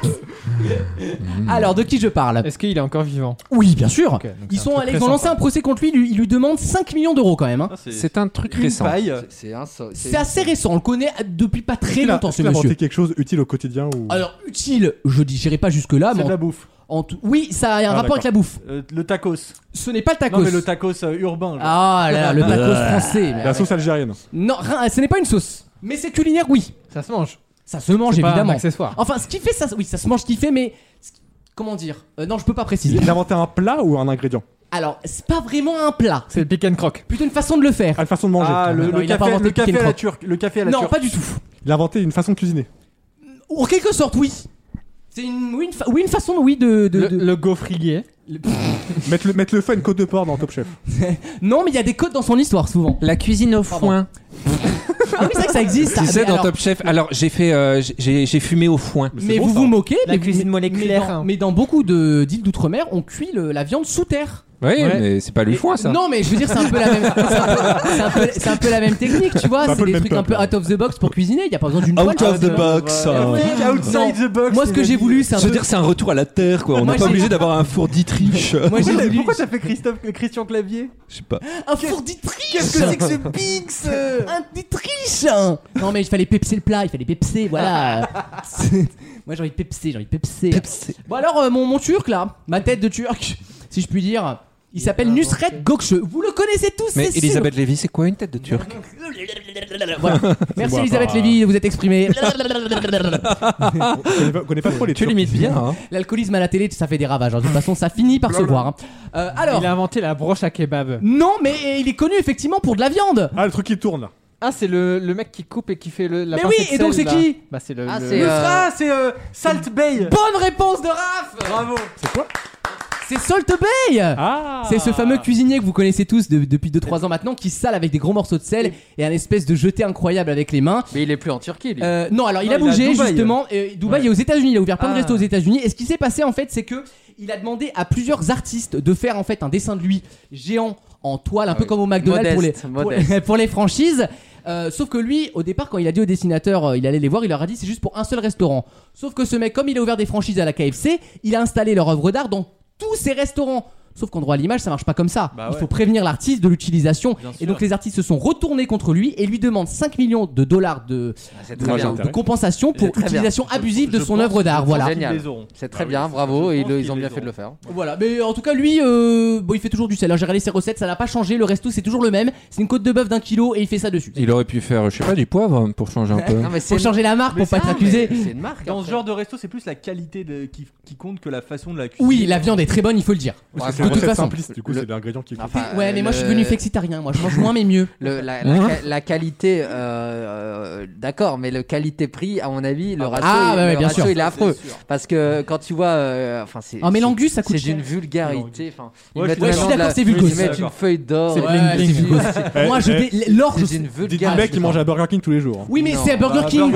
Alors, de qui je parle Est-ce qu'il est encore vivant Oui, bien sûr. Ok, donc Ils c'est sont un allés, truc ils ont récent, lancé quoi. un procès contre lui, lui- ils lui demandent 5 millions d'euros quand même. Ah, hein. C'est un truc Une récent. paille. C'est un sol. C'est assez récent, on le connaît depuis pas très Il a- longtemps est-ce ce qu'il a inventé monsieur. quelque chose utile au quotidien ou Alors, utile, je dis, j'irai pas jusque-là, mais. ah, C'est de en- la bouffe. en tout- Oui, ça a un Ah, rapport avec la d'accord. bouffe. Euh, le tacos. Ce n'est pas le tacos. Non, mais le tacos euh, urbain. genre. Ah là là, le tacos français. mais La sauce algérienne. Non, rien, ce n'est pas une sauce. Mais c'est culinaire, oui. Ça se mange. Ça se mange C'est pas évidemment. un accessoire. Enfin, ce qui fait ça, oui, ça se mange ce qui fait, mais ce qui- comment dire Euh, Non, je peux pas préciser. Il a inventé un plat ou un ingrédient Alors, c'est pas vraiment un plat, C'est le pick and croc. plutôt une façon de le faire. Ah, Une façon de manger. Ah, le, Non, le il a pas café, inventé le le café Ken à la Croc. turque. Le café à la Non, turque. pas du tout. Il a inventé une façon de cuisiner. En quelque sorte, oui. C'est une, oui, une, fa- oui, une façon, oui, de. de- Le, de- le gaufrier. mettre, le, mettre le feu à une côte de porc dans Top Chef. Non, mais il y a des codes dans son histoire souvent. La cuisine au foin. Ah oui, c'est vrai que ça existe. Tu ça. sais, Mais dans alors- Top Chef, alors j'ai fait, euh, j'ai j'ai fumé au foin. Mais vous vous moquez, La mais, cuisine hein. mais- moléculaire. mais dans, mais dans beaucoup de- d'îles d'outre-mer, on cuit le- la viande sous terre. Oui, mais c'est pas le Ah, foin ça. Non, mais je veux dire, c'est un peu la même, c'est un peu- c'est un peu- c'est un peu la même technique, tu vois. C'est un C'est peu des le même trucs un peu peuple. out of the box pour cuisiner. Il y a pas besoin d'une Out poêle. of the box. hein. Ouais. euh. outside the box. Moi, ce que j'ai voulu, c'est un Je veux peu- dire, c'est un retour à la terre, quoi. On Moi, n'est pas j'ai- obligé d'avoir un four d'Itriche. Moi, j'ai voulu Pourquoi t'as fait Christophe, Christian Clavier Je sais pas. un four d'Itriche. Qu'est-ce que c'est que ce Bix euh Un d'Itriche. Non, mais il fallait pepser le plat. Il fallait pepser, voilà. Moi, j'ai envie de pepser. J'ai envie de pepser. Bon alors, euh, mon, mon turc là, ma tête de turc, si je puis dire. Il s'appelle Nusret Gökçe. Vous le connaissez tous, Mais c'est sûr. Elisabeth Lévy, c'est quoi une tête de turc Voilà. Merci bon, Elisabeth bah. Lévy, vous êtes exprimée. On connaît pas, on connaît pas trop les Tu Turcs. limites bien. Hein. L'alcoolisme à la télé, ça fait des ravages. hein. De toute façon, ça finit par se voir. hein. Euh, alors, Il a inventé la broche à kebab. non, mais il est connu effectivement pour de la viande. Ah, le truc qui tourne là. Ah, c'est le, le mec qui coupe et qui fait le, la Mais pincée oui, de et donc sel, c'est là. qui Bah, c'est le. Ah, le- c'est, le- euh, Ah, c'est euh, Salt Bay Bonne réponse de Raph Bravo C'est quoi C'est Salt Bay Ah C'est ce fameux cuisinier que vous connaissez tous de- depuis 2-3 ans maintenant qui sale avec des gros morceaux de sel et un espèce de jeté incroyable avec les mains. Mais il est plus en Turquie, lui. Euh, non, alors il Non, a il est à bougé Dubaï. justement. euh, Dubaï Ouais. est aux États-Unis. Il a ouvert plein de Ah. restos aux États-Unis. Et ce qui s'est passé en fait, c'est que il a demandé à plusieurs artistes de faire en fait un dessin de lui géant en toile, un Ah peu oui. comme au McDonald's pour les, Modeste, pour, modeste. les- pour les franchises. Euh, sauf que lui, au départ, quand il a dit aux dessinateurs, euh, il allait les voir, il leur a dit c'est juste pour un seul restaurant. Sauf que ce mec, comme il a ouvert des franchises à la KFC, il a installé leur œuvre d'art dans tous ses restaurants. Sauf qu'en droit à l'image, ça marche pas comme ça. Bah Il faut prévenir l'artiste de l'utilisation. Et donc les artistes se sont retournés contre lui et lui demandent 5 millions de dollars de, Ah, c'est de- très bien. de compensation Il est pour très bien. utilisation abusive de je son pense œuvre d'art. Voilà. Génial. Ils les auront. C'est très Ah oui, bien, je bravo. pense Ils, le- qu'ils ils ont bien les fait de auront. le faire. Voilà, mais en tout cas lui, euh, bon, il fait toujours du sel. hein. J'ai regardé ses recettes, ça n'a pas changé. Le resto c'est toujours le même. C'est une côte de bœuf d'un kilo et il fait ça dessus. Il aurait pu faire, je sais pas, du hein, poivre pour changer un peu. Non, mais Faut c'est changer la marque mais Euh, pour pas être c'est- accusé. mais C'est une marque. Dans ce après. genre de resto, c'est plus la qualité de- qui, qui compte que la façon de la cuisine. Oui, la viande est très bonne, il faut le dire. Parce que c'est Ouais, de toute façon. simpliste, du coup, c'est l'ingrédient Ah. qui compte. ouais, mais moi je suis devenu flexitarien, moi je mange moins mais mieux. Le- la, Hein la, ca- la qualité, euh, euh, d'accord, mais le qualité-prix, à mon avis, le ratio, Ah, il- bah ouais, le bien ratio, sûr. il est affreux. Parce que quand tu vois, euh, enfin, c'est. Ah, mais l'angus, ça c'est coûte d'une cher. vulgarité. Enfin, ils Ouais, mettent je suis vraiment d'accord, de la- c'est vulgose. Ils mettent une feuille d'or. C'est Ouais, plein de c'est things. vulgose. Eh, Moi, je eh, dé- l'or, je- C'est bah, d'une Dites le mec vulgarité. qui mange à Burger King tous les jours. hein. Oui, mais c'est à Burger King.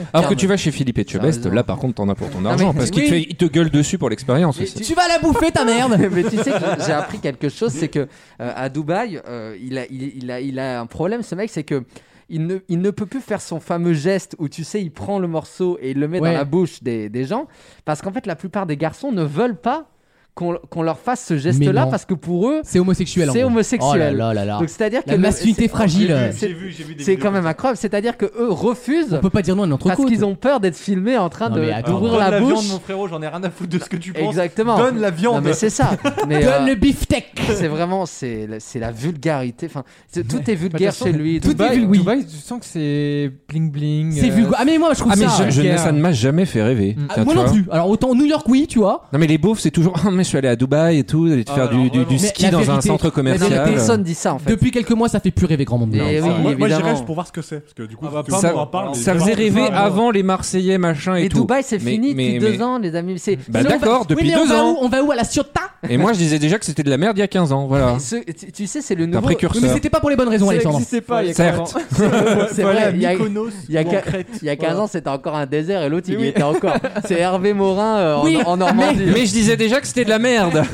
Ah Alors que tu vas chez Philippe et Chebest, là par contre t'en as pour ton argent mais- parce qu'il te, oui. fait- il te gueule dessus pour l'expérience aussi. Tu vas la bouffer ta merde. mais tu sais que j'ai- j'ai appris quelque chose, c'est que euh, à Dubaï, euh, il, a, il, il a, il a un problème, ce mec, c'est que il ne, il ne peut plus faire son fameux geste où tu sais, il prend le morceau et il le met Ouais. dans la bouche des, des gens, parce qu'en fait, la plupart des garçons ne veulent pas qu'on qu'on leur fasse ce Mais geste-là, non. parce que pour eux, C'est homosexuel. en c'est gros. homosexuel. Oh là là là là. Donc c'est-à-dire que la le- masculinité c'est- fragile. c'est- C'est quand même incroyable. C'est-à-dire que eux refusent. On peut pas dire non à une parce entrecôte. qu'ils ont peur d'être filmés en train Non, de- mais attends. d'ouvrir Donne la, la bouche. viande, mon Frérot, j'en ai rien à foutre de ce que tu penses. Exactement. Donne la viande. Non, mais c'est ça. Mais, euh, Donne le beefsteak. C'est vraiment c'est la- c'est la vulgarité. Enfin, c'est- tout est vulgaire Bah, chez lui. Tout est Dubaï- vulgaire. Dubaï, tu sens que c'est bling bling. C'est euh, vulgaire. Ah, mais moi, je trouve Ah mais ça. je- je- ça ne m'a jamais fait rêver. Ah, Tiens, moi tu non vois. plus. Alors autant New York, oui, tu vois. Non mais les beaufs c'est toujours ah mais je suis allé à Dubaï et tout, aller te faire du, du- du Mais ski la dans un vérité- centre commercial. Mais non, mais personne dit ça en fait. Depuis quelques mois, ça fait plus rêver grand monde. Et oui, Moi, moi évidemment. Ah bah, j'irais juste pour voir ce que c'est. Parce que du coup, tout le ça, monde en parle, mais ça je faisait sais pas, rêver moi. avant les Marseillais machin et Mais tout. Dubaï, c'est Mais- fini mais- depuis deux mais- ans, les amis. C'est- Sinon, Bah on va- d'accord, Oui, depuis mais on deux va où ans. On va où à la Ciotat Et moi je disais déjà que c'était de la merde il y a 15 ans, voilà. Ce- tu, tu sais, c'est le un nouveau. précurseur. Mais c'était pas pour les bonnes raisons, Ça Alexandre. existait pas, Ah, il y a Certes. 40 ans. C'est Faut aller à vrai, il y a- Mykonos il y a ou en quin- Crète. il y a 15 Voilà. ans, c'était encore un désert et l'autre, il Mais y oui. était encore. C'est Hervé Morin euh, en- Oui, en, Normandie. Euh, Mais je disais déjà que c'était de la merde.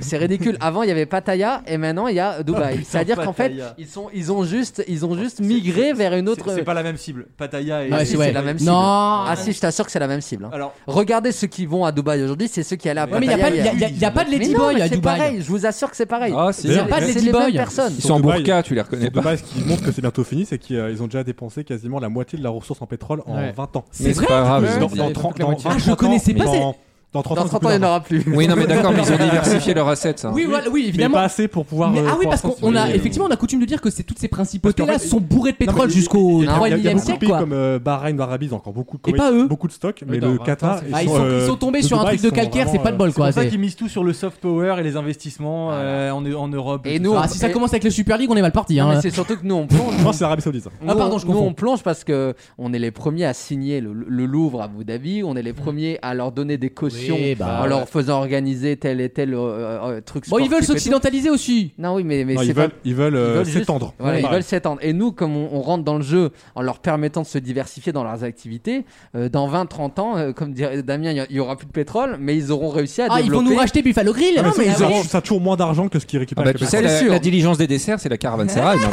C'est ridicule. Avant, il y avait Pattaya et maintenant, il y a Dubaï. C'est-à-dire qu'en fait, Pattaya. ils, sont, ils ont juste, ils ont juste migré vers une autre. C'est pas la même cible. Pattaya et. Ah, si, c'est ouais. la même Non. cible. Ah si, je t'assure que c'est la même cible. hein. Alors- Regardez ceux qui vont à Dubaï aujourd'hui, c'est ceux qui allaient à Ouais, mais y a Pattaya pas- y a- hier. y a- y a pas de Mais Lady non, Boy mais à c'est Dubaï. pareil, je vous assure que c'est pareil. Ah, si. Y a pas de c'est Lady les Boy. mêmes personnes. Ils sont en Dubaï. burqa, tu les reconnais Sur pas. Dubaï, ce qui montre que c'est bientôt fini, c'est qu'ils euh, ils ont déjà dépensé quasiment la moitié de la ressource en pétrole en Ouais. 20 ans. Mais c'est pas grave. Dans, ils dans ont- 30, la dans moitié. 20, je 30 connaissais ans, pas, mais c'est- Dans, dans 30 Dans ans, 30 ans, il n'y en aura plus. Oui non mais d'accord mais ils ont diversifié leurs assets. hein. Oui, voilà, oui, Mais évidemment. pas assez pour pouvoir. Mais- euh, ah oui, pour parce l'instant, qu'on a c'est- effectivement on a coutume de dire que c'est toutes ces principautés là Parce qu'en fait, sont bourrées de Non, mais pétrole il- jusqu'au il y a- il y a 3 e beaucoup de siècle pays quoi. comme euh, Bahreïn, ou Arabie, ils ont encore beaucoup, Et pas eux. beaucoup de stock, mais Attends, le Qatar. attends, Ah, ils, sont, ils euh, sont tombés sur un Dubaï, truc de ils sont calcaire, c'est vraiment, pas de bol C'est quoi. pour ça c'est- qu'ils misent tout sur le soft power et les investissements euh, en, en Europe. Et tout nous, ça. Ah, si ça commence avec le Super League, on est mal parti. Non, Hein. mais c'est surtout que nous on plonge. euh, Je pense que c'est l'Arabie Saoudite. ça. Nous, Ah, pardon, on- je nous, confonds. on plonge parce que on est les premiers à signer le, le Louvre à Abu Dhabi, on est les premiers à leur donner des cautions Mmh. Oui, bah, en ouais. leur faisant organiser tel et tel euh, euh, truc. Bon, ils sportif veulent et tout. s'occidentaliser aussi. Non, oui, mais, mais Non, c'est ils pas- veulent, ils veulent euh, Ils veulent juste- s'étendre. Voilà, ils Pareil. veulent s'étendre. Et nous, comme on, on rentre dans le jeu en leur permettant de se diversifier dans leurs activités, euh, dans 20-30 ans, euh, comme dirait Damien, il y a- il y aura plus de pétrole, mais ils auront réussi à Ah, ils développer. vont nous racheter Buffalo Grill. Ah, mais Non, mais ils ah ouais. auront- ça a toujours moins d'argent que ce qu'ils récupèrent. Ah bah avec tu le sais pétrole. la, sûr. la diligence des desserts c'est la caravansérail. non, non.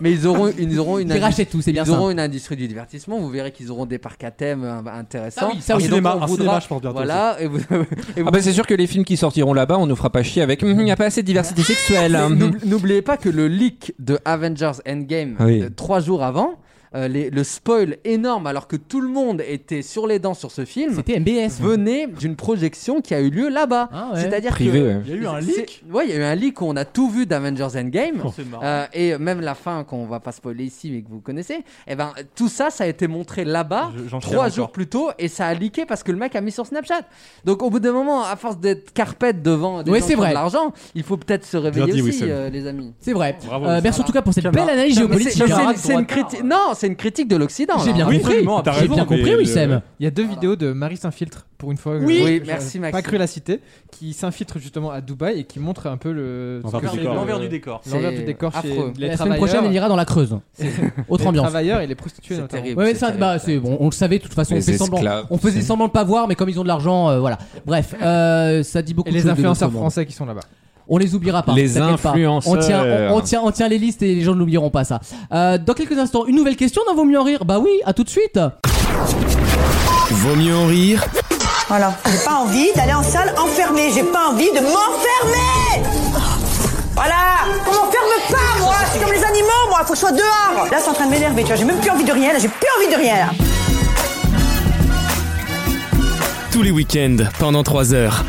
Mais ils auront, ils auront une. Ils rachètent tout, c'est bien Ils auront ça. une industrie du divertissement. Vous verrez qu'ils auront des parcs à thème euh, intéressants. Ça Ah oui, ça oui. Et Un donc, cinéma, on un voudra- cinéma, je pense, bientôt Voilà. Et vous, et vous- Ah bah c'est sûr que les films qui sortiront là-bas on nous fera pas chier avec. Hum, hmm, Il n'y a pas assez de diversité sexuelle. Mais hein. n'oub- N'oubliez pas que le leak de Avengers Endgame Oui. de trois jours avant, euh, les- le spoil énorme, alors que tout le monde était sur les dents sur ce film, C'était MBS. venait d'une projection qui a eu lieu là-bas. Ah ouais. C'est-à-dire Privé. que ouais. Il y a eu un C'est- leak. Oh, Ouais, il y a eu un leak où on a tout vu d'Avengers Endgame. C'est marrant. Euh, et même la fin qu'on va pas spoiler ici mais que vous connaissez, et ben tout ça ça a été montré là-bas Je- j'en trois tiens jours encore. plus tôt et ça a leaké parce que le mec a mis sur Snapchat. Donc au bout d'un moment, à force d'être carpette devant des Ouais, gens c'est qui ont vrai. de l'argent, il faut peut-être se réveiller dit, aussi Wissem. euh, les amis. C'est vrai. Euh, Merci en tout cas pour cette Camara. belle analyse Mais c'est- géopolitique. mais c'est- hein. c'est une critique. Non, c'est une critique de l'Occident. hein. J'ai là. bien Oui, compris. absolument, t'as J'ai raison, bien mais compris, le- Wissem. Il y a deux vidéos de Marie s'infiltre pour une fois. euh, Oui, j'aurais merci, Maxime. Pas cru la citer, qui s'infiltre justement à Dubaï et qui montre un peu le L'envers ce que du c'est décor. le- L'envers du décor. L'envers C'est du décor chez affreux. les La semaine travailleurs, prochaine, il ira dans la Creuse. Autre les ambiance. travailleurs et les prostituées. C'est notamment. terrible. Ouais, mais c'est ça, terrible. bah, c'est bon, on le savait de toute façon. On, Les fait semblant- esclaves. on faisait semblant de pas voir, mais comme ils ont de l'argent, euh, voilà. Bref, euh, ça dit beaucoup Et de les choses de influenceurs notre monde. français qui sont là-bas. On les oubliera pas. Les t'inquiète pas. influenceurs. On tient, on, on tient, on tient les listes et les gens ne l'oublieront pas ça. Euh, dans quelques instants, une nouvelle question dans Vaut mieux en rire. Bah oui, à tout de suite. Vaut mieux en rire Voilà. J'ai pas envie d'aller en salle enfermée. J'ai pas envie de m'enfermer. Voilà. On m'enferme pas, moi. Je suis comme les animaux, moi. Faut que je sois dehors. Là, c'est en train de m'énerver. Tu vois, j'ai même plus envie de rien. là. J'ai plus envie de rien. là. tous les week-ends pendant 3 heures.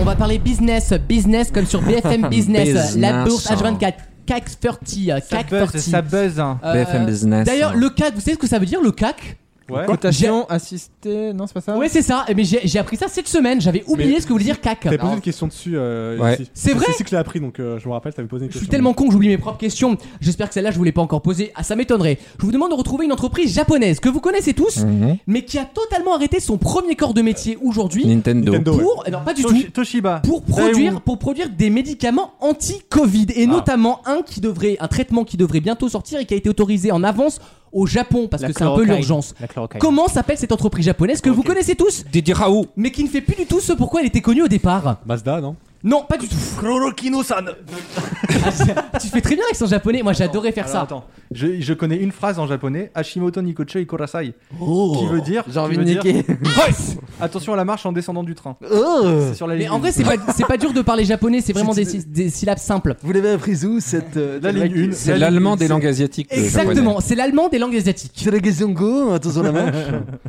On va parler business, business comme sur BFM Business, Business. la bourse H24, CAC 40, euh, Ça CAC buzz, 40. ça buzz. hein. Euh, BFM Business. hein. hein. D'ailleurs, le CAC, vous savez ce que ça veut dire le CAC Ouais. Cotation assistée, non, c'est pas ça Oui, c'est ça. Eh, Mais j'ai j'ai appris ça cette semaine. J'avais oublié Mais ce que voulait dire cac. T'avais posé une question dessus. euh, Ouais. ici. C'est vrai C'est ici que je l'ai appris, donc euh, je me rappelle, t'avais posé une Je question. suis tellement con que j'oublie mes propres questions. J'espère que celle-là, je vous l'ai pas encore posée. Ah, ça m'étonnerait. Je vous demande de retrouver une entreprise japonaise que vous connaissez tous, mais qui a totalement arrêté son premier corps de métier aujourd'hui. Nintendo. Nintendo, Pour, ouais. non, pas du Toshi- tout. Pour produire, pour produire des médicaments anti-Covid et notamment un qui devrait, un traitement qui devrait bientôt sortir et qui a été autorisé en avance au Japon parce La que c'est un peu chloroquine. l'urgence. La chloroquine. Comment s'appelle cette entreprise japonaise que vous connaissez tous Didi Raoult. Mais qui ne fait plus du tout ce pourquoi elle était connue au départ. Mazda, non Non, pas du tout. Chloroquino-san Tu fais très bien l'accent japonais. Moi, j'adorais faire Alors, ça. attends. Je, je connais une phrase en japonais Hashimoto Nikocho Ikorasai. Oh. qui veut dire. J'ai envie qui veut de dire- niquer. Hoss Attention à la marche en descendant du train. C'est sur la Mais ligne en vrai, une. c'est pas, c'est pas dur de parler japonais, c'est vraiment des, sy- des syllabes simples. Vous l'avez appris où cette euh, La le mec- ligne une. C'est l'allemand des langues asiatiques. le japonais. Exactement, c'est l'allemand des langues asiatiques. C'est la hein, Gazongo, attention la manche.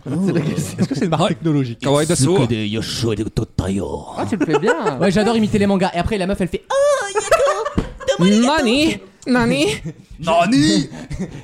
C'est la Gazongo. Est-ce que c'est une marque technologique Kawaii Dasu. Ah, tu le fais bien. Ouais, j'adore imiter les mangas. Et après, la meuf, elle fait Nani Nani Nani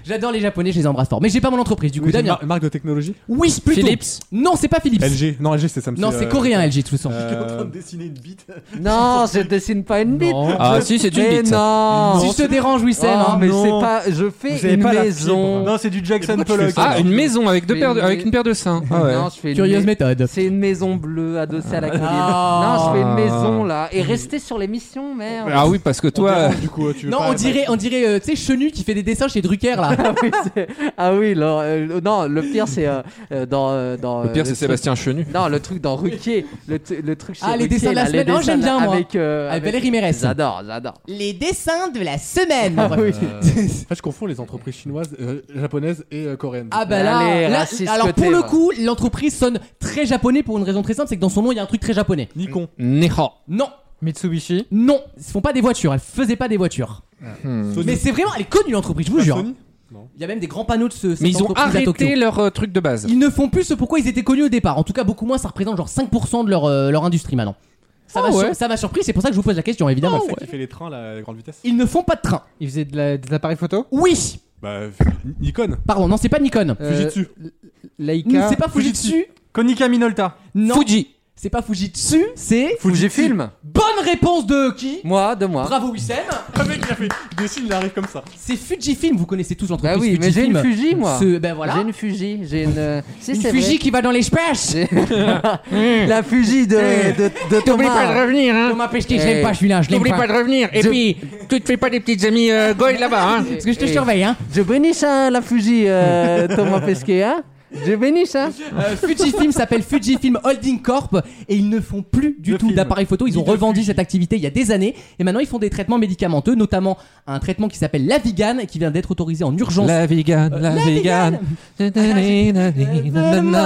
J'adore les japonais, je les embrasse fort. Mais j'ai pas mon entreprise, du coup, Oui, c'est une Damien. mar- marque de technologie Oui, plutôt. Philips. Non, c'est pas Philips. LG Non, LG, c'est Samsung. Non, c'est coréen, LG, tout ça. Euh, dessiner une bite. Non, je dessine pas une Oh. bite. Ah, si, c'est une Mais bite. Ah, non. Si je te dérange, Oh, Wissem, Ah, hein. mais non. c'est pas. Je fais Vous avez une pas la maison. fibre. Non, c'est du Jackson pourquoi tu fais Pollock. ça Ah, une maison avec, deux Mais paires de- une- avec une paire de seins. Ah ouais. Non, je fais une Curieuse mais- méthode. C'est une maison bleue adossée à la colline. Ah. Non, je fais une maison là. Et restez sur l'émission, merde. Ah oui, parce que toi. Du coup, tu veux Non, pas- on dirait, on dirait euh, tu sais, Chenu qui fait des dessins chez Drucker, là. Ah oui, c'est- ah oui, alors, euh, non, le pire c'est euh, euh, dans, euh, dans. Le euh, pire, c'est truc- Sébastien Chenu. Non, le truc dans Ruquier, le, t- le truc chez Ah, les Ruquier, dessins de la là, semaine. les Oh, j'aime dessins bien, moi. Avec, euh, Avec Valérie Mérès. J'adore, j'adore. Les dessins de la semaine. Bon, Ah bref. oui. En fait, je confonds les entreprises chinoises, euh, japonaises et euh, coréennes. Ah bah là, Allez, là- raciste alors que pour t'es, le voilà. coup, l'entreprise sonne très japonais pour une raison très simple, c'est que dans son nom il y a un truc très japonais. Nikon. Neha. Non, Mitsubishi. non, ils font pas des voitures, elle faisait pas des voitures. Sony. Mais c'est vraiment, elle est connue l'entreprise, je vous Pas jure. Sony Il y a même des grands panneaux de ce. cette Mais ils ont entreprise à Tokyo. arrêté leur euh, truc de base. Ils ne font plus ce pourquoi ils étaient connus au départ. En tout cas, beaucoup moins, ça représente genre 5% de leur, euh, leur industrie maintenant. Ça m'a Ah sur- ouais. ça m'a surpris, c'est pour ça que je vous pose la question évidemment. Ah Qui fait les trains là, à grande vitesse Ils ne font pas de train. Ils faisaient de la- des appareils photo Oui, Bah, Nikon. pardon, non, c'est pas Nikon. Euh, Fujitsu. Leica. c'est pas Fujitsu. Konica Minolta. Non. Fuji. C'est pas Fujitsu, c'est. Fujifilm. Bonne réponse de qui Moi, de moi. Bravo Wissem Le Ah, mec, il a fait. Il dessine, il arrive comme ça. C'est Fujifilm, vous connaissez tous l'entreprise Bah oui, mais j'ai Fujifilm. une Fuji moi. Ce- ben voilà. J'ai une Fuji. J'ai une. euh, si, Une c'est Fuji vrai. qui va dans l'espace La Fuji Hum. de, de, de Thomas. revenir, hein Thomas Pesquet, je l'aime pas celui-là, je l'aime N'oublie pas. pas de revenir. Et Je- puis, tu te fais pas des petites amies euh, goy là-bas, hein Parce que je te Eh. surveille, hein Je bénisse hein, la Fuji, euh, Thomas Pesquet. Hein je bénisse. Hein. Euh, Fujifilm s'appelle Fujifilm Holding Corp et ils ne font plus du De tout film. d'appareils photo. Ils ont Ni de revendu Fuji. cette activité il y a des années et maintenant ils font des traitements médicamenteux, notamment un traitement qui s'appelle la Vigan qui vient d'être autorisé en urgence. Euh, La vegan, la vegan.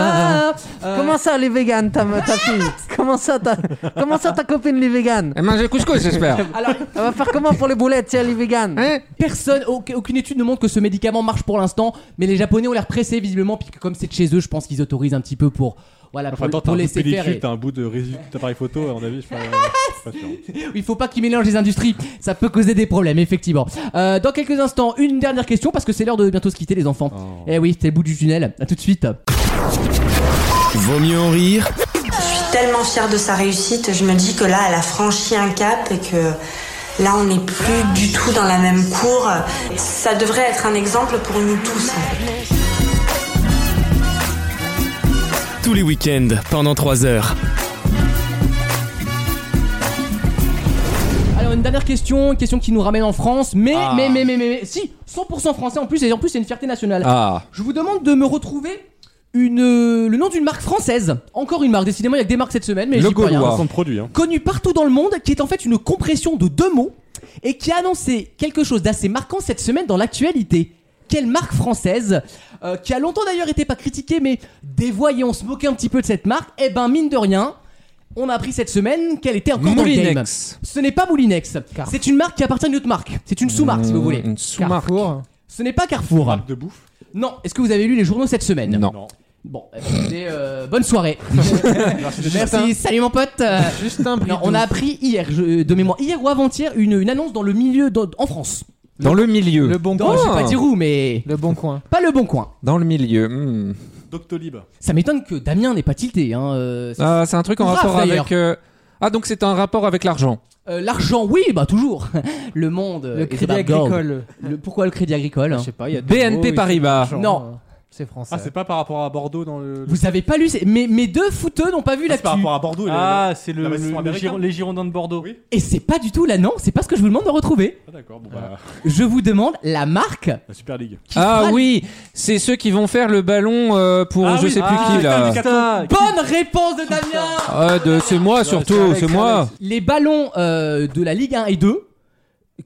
Euh. Comment ça les véganes, ta, ta fille Comment ça ta, comment ça ta copine les véganes Elle mange le couscous, j'espère. Alors, Elle va faire comment pour les boulettes, tiens les véganes Hein personne, auc- aucune étude ne montre que ce médicament marche pour l'instant, mais les Japonais ont l'air pressés visiblement, puisque comme c'est de chez eux, je pense qu'ils autorisent un petit peu pour. Voilà, pour, Enfin, attends, pour t'as un bout de laisser faire. pellicule, et- t'as un bout de résidu d'appareil photo, à mon avis, je suis pas- je suis pas sûr. Il faut pas qu'ils mélangent les industries, ça peut causer des problèmes, effectivement. Euh, dans quelques instants, une dernière question parce que c'est l'heure de bientôt se quitter, les enfants. Oh. Eh oui, c'est le bout du tunnel. À tout de suite. Vaut mieux en rire Je suis tellement fière de sa réussite, je me dis que là, elle a franchi un cap et que là, on n'est plus du tout dans la même cour. Ça devrait être un exemple pour nous tous. tous les week-ends pendant 3 heures. Alors une dernière question, une question qui nous ramène en France, mais Ah. mais, mais mais mais mais- si 100% français en plus et en plus c'est une fierté nationale. Ah, Je vous demande de me retrouver une euh, le nom d'une marque française. Encore une marque. Décidément il y a que des marques cette semaine, mais Le j'y peux rien. Gaulois. Façon de produit, hein. Connue partout dans le monde, qui est en fait une compression de deux mots et qui a annoncé quelque chose d'assez marquant cette semaine dans l'actualité. Quelle marque française euh, qui a longtemps d'ailleurs été pas critiquée, mais dévoyée, on se moquait un petit peu de cette marque. Eh ben mine de rien, on a appris cette semaine qu'elle était encore dans le game. Moulinex. Ce n'est pas Moulinex. C'est une marque qui appartient à une autre marque. C'est une sous-marque, si vous voulez. Mmh, Une sous-marque. Carrefour. Ce n'est pas Carrefour. De bouffe. Non. Est-ce que vous avez lu les journaux cette semaine Non. Bon, eh ben, écoutez, euh, bonne soirée. Merci. Salut mon pote. Euh, Justin non, Bridoux. on a appris hier, je- de mémoire, hier ou avant-hier, une, une annonce dans le milieu d'en- en France. Dans le milieu. Le bon Dans, coin. Ah. je vais pas dire où, mais Le bon coin. pas le bon coin. Dans le milieu. hmm. Doctolib. Ça m'étonne que Damien n'ait pas tilté. Hein. euh, Ah, c'est un truc en Raph, rapport d'ailleurs. avec. euh, Ah, donc c'est un rapport avec l'argent. Euh, L'argent, oui, bah toujours. Le monde. euh, Le is Crédit about gold. Agricole. Le- pourquoi le crédit agricole Je sais pas, il y a BNP Paribas. Non. C'est français. Ah, c'est pas par rapport à Bordeaux dans le. Vous avez pas lu c'est- mes, mes deux fouteux n'ont pas vu Ah, la c'est par rapport à Bordeaux. Ah, c'est le. bah, le Giron- les Girondins de Bordeaux. Oui. Et c'est pas du tout là, non, c'est pas ce que je vous demande de retrouver. Ah, d'accord, bon bah. Je vous demande la marque. La Super League. Ah oui, c'est ceux qui vont faire le ballon euh, pour Ah je oui, sais ah, plus qui là. Bonne réponse de Damien Ah, de- c'est moi surtout, c'est moi. Les ballons euh, de la Ligue 1 et 2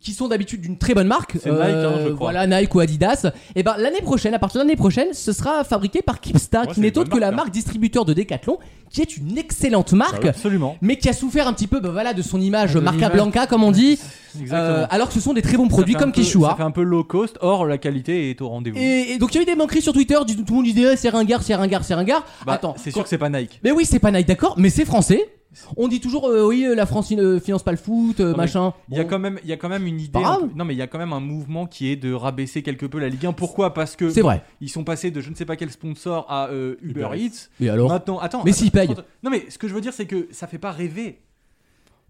qui sont d'habitude d'une très bonne marque, euh, C'est Nike, hein, je crois. voilà Nike ou Adidas. Et ben l'année prochaine, à partir de l'année prochaine, ce sera fabriqué par Kipsta, qui n'est autre que hein. la marque distributeur de Decathlon, qui est une excellente marque, oui, absolument. mais qui a souffert un petit peu, ben voilà, de son image Ah, De marca l'image. blanca comme on dit. Exactement. Euh, alors que ce sont des très bons produits Ça fait un comme peu- Quechua. Ça fait un peu low cost, or la qualité est au rendez-vous. Et, et donc il y a eu des manqueries sur Twitter, du, tout le monde disait Eh, c'est ringard, c'est ringard, c'est ringard. Bah, Attends, C'est sûr que c'est pas Nike. mais oui, c'est pas Nike, d'accord, mais c'est français. On dit toujours, euh, oui, euh, la France ne finance pas le foot, euh, Non, mais machin. Il y a quand même, il y a quand même une idée. grave. un peu- non, mais il y a quand même un mouvement qui est de rabaisser quelque peu la Ligue 1. Pourquoi Parce que C'est vrai. Ils sont passés de je ne sais pas quel sponsor à euh, Uber, Uber Eats. Et alors Maintenant, attends. Mais attends, s'ils payent. attends. Non, mais ce que je veux dire, c'est que ça fait pas rêver.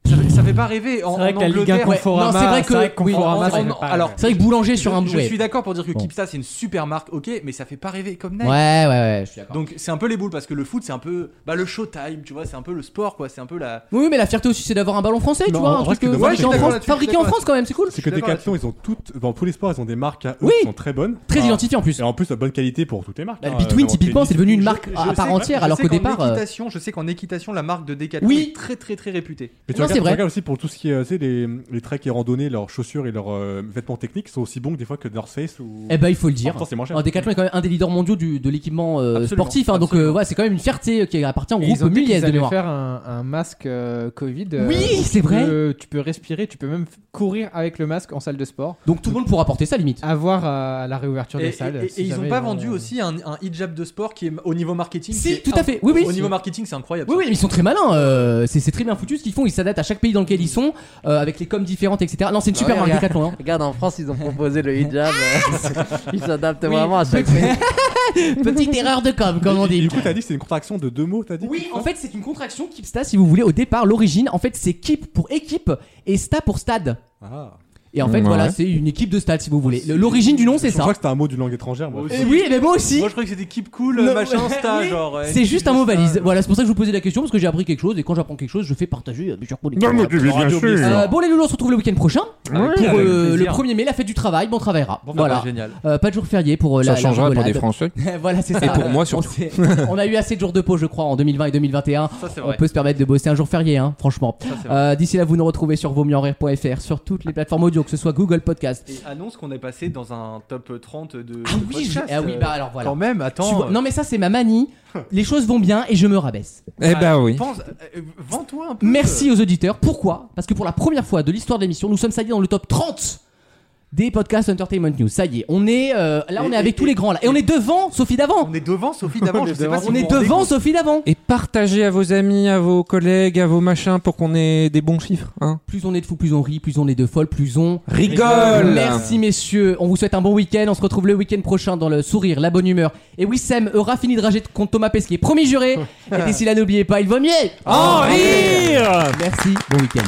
Ça fait, ça fait pas rêver. En, C'est vrai en que la Ligue Angleterre- 1 Conforama, Ouais, non, c'est vrai que- c'est vrai que oui, Conforama, en- ça en- fait pas alors, rêver. C'est vrai que boulanger sur un Je, je bouet. suis d'accord pour dire que Bon. Kipsta c'est une super marque, ok, mais ça fait pas rêver comme Nike. Ouais, ouais, ouais, je suis d'accord. Donc c'est un peu les boules parce que le foot c'est un peu bah, le showtime, tu vois, c'est un peu le sport quoi, c'est un peu la. Oui, mais la fierté aussi, c'est d'avoir un ballon français, tu Non, vois. en Un vrai, truc c'est euh, dommage, fabriqué je en suis France, d'accord fabriqué en France quand même, c'est cool. C'est que Decathlon, ils ont toutes, dans tous les sports, ils ont des marques à eux Oui. qui sont très bonnes. Très identifiées en plus. Et en plus, de bonne qualité pour toutes les marques. Bah, le hein, dans Between, typiquement, tennis. c'est devenu une Je- marque Ah, à je part sais- entière, Je alors sais qu'au qu'en départ. euh, équitation, je sais qu'en équitation, la marque de Decathlon Oui. est très très très réputée. Mais tu Non, regardes, c'est tu vrai. regardes aussi pour tout ce qui est euh, tu sais, les, les treks et randonnées, leurs chaussures et leurs euh, vêtements techniques sont aussi bons que des fois que North Face ou. Eh ben, il faut le dire. Pourtant, c'est moins cher. Alors, Decathlon est quand même un des leaders mondiaux du- de l'équipement euh, Absolument, sportif, hein, donc euh, ouais, c'est quand même une fierté qui appartient au Et ils groupe ont dit qu'ils Muliez de allaient mémoire. faire un, un masque euh, Covid. Oui, où c'est tu vrai. peux- tu peux respirer, tu peux même f- courir avec le masque en salle de sport. Donc tout le monde pourra porter ça limite. Avoir à la réouverture Et, des salles. et- et si ils ont jamais pas ont- vendu aussi un, un hijab de sport qui est au niveau marketing. euh, Si, qui est tout à inc- fait. Oui, oui. Au niveau Si. marketing, c'est incroyable. Oui, oui, mais ils sont très malins. euh, c'est c'est très bien foutu ce qu'ils font. Ils s'adaptent à chaque pays dans lequel ils sont, euh, avec les coms différentes, etc. Non, c'est une super Ouais, marque regarde- Decathlon. hein. Regarde, en France, ils ont proposé le hijab. euh, ils s'adaptent vraiment à chaque Petite erreur de com, comme on dit. Du coup, t'as dit que c'est une contraction de deux mots, t'as dit Oui, en fait, c'est une contraction Kipsta, si vous voulez. Au départ, l'origine, en fait, c'est Kip pour équipe et Sta pour stade. Ah. Et en fait, Ouais. voilà, c'est une équipe de stade, si vous voulez. Le- L'origine du nom, c'est Je ça. crois que c'était un mot d'une langue étrangère. moi. Et oui, mais moi aussi. Moi, je croyais que c'était keep cool, Non, machin, ouais. stage. Oui. genre, euh, C'est keep juste le un mot stage. valise. Voilà, c'est pour ça que je vous posais la question parce que j'ai appris quelque chose et quand j'apprends quelque chose, je fais partager euh, bien sûr, pour les Non, mais tu- bien Radio sûr. Blitz. Euh, Bon, les loulous, on se retrouve le week-end prochain Ouais, euh, pour avec euh, le plaisir. 1er mai, la fête du travail. Bon, on travaillera. Bon, bah, voilà. bah, génial. Euh, pas de jour férié pour euh, Ça la. la changera pour rigolade. des Français. voilà, c'est ça. Et pour moi, On surtout. s'est- on a eu assez de jours de pause, je crois, en 2020 et 2021. Ça, c'est on vrai. peut se permettre de bosser un jour férié, hein, franchement. c'est Euh, D'ici là, vous nous retrouvez sur vosmieuxenrire.fr, sur toutes les plateformes audio, que ce soit Google Podcast. Et annonce qu'on est passé dans un top 30 de. Ah oui, je- ah oui, bah alors voilà. euh, Quand même, Tu vois- attends. Non, mais ça, c'est ma manie. Les choses vont bien et je me rabaisse. Eh ben oui. Pense, euh, vends-toi un peu. Merci aux auditeurs. Pourquoi Parce que pour la première fois de l'histoire de l'émission, nous sommes ça y est dans le top 30 des podcasts Entertainment News. Ça y est, on est euh, là, on Et- est avec et- tous les grands là, et on est devant Sophie d'avant. On est devant Sophie d'avant, je sais pas si On vous est vous rendez devant compte. Sophie d'avant. Et partagez à vos amis, à vos collègues, à vos machins pour qu'on ait des bons chiffres. Hein. Plus on est de fous, plus on rit, plus on est de folles, plus on Rigole Merci messieurs, on vous souhaite un bon week-end. On se retrouve le week-end prochain dans le sourire, la bonne humeur. Et Wissem aura fini de rager contre Thomas Pesquet, promis juré. Et d'ici là, n'oubliez pas, il vaut mieux En rire Merci, bon week-end.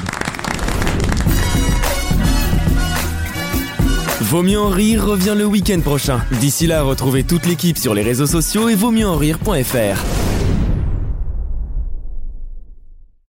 Vaut mieux en rire revient le week-end prochain. D'ici là, retrouvez toute l'équipe sur les réseaux sociaux et vaut mieux en rire.fr.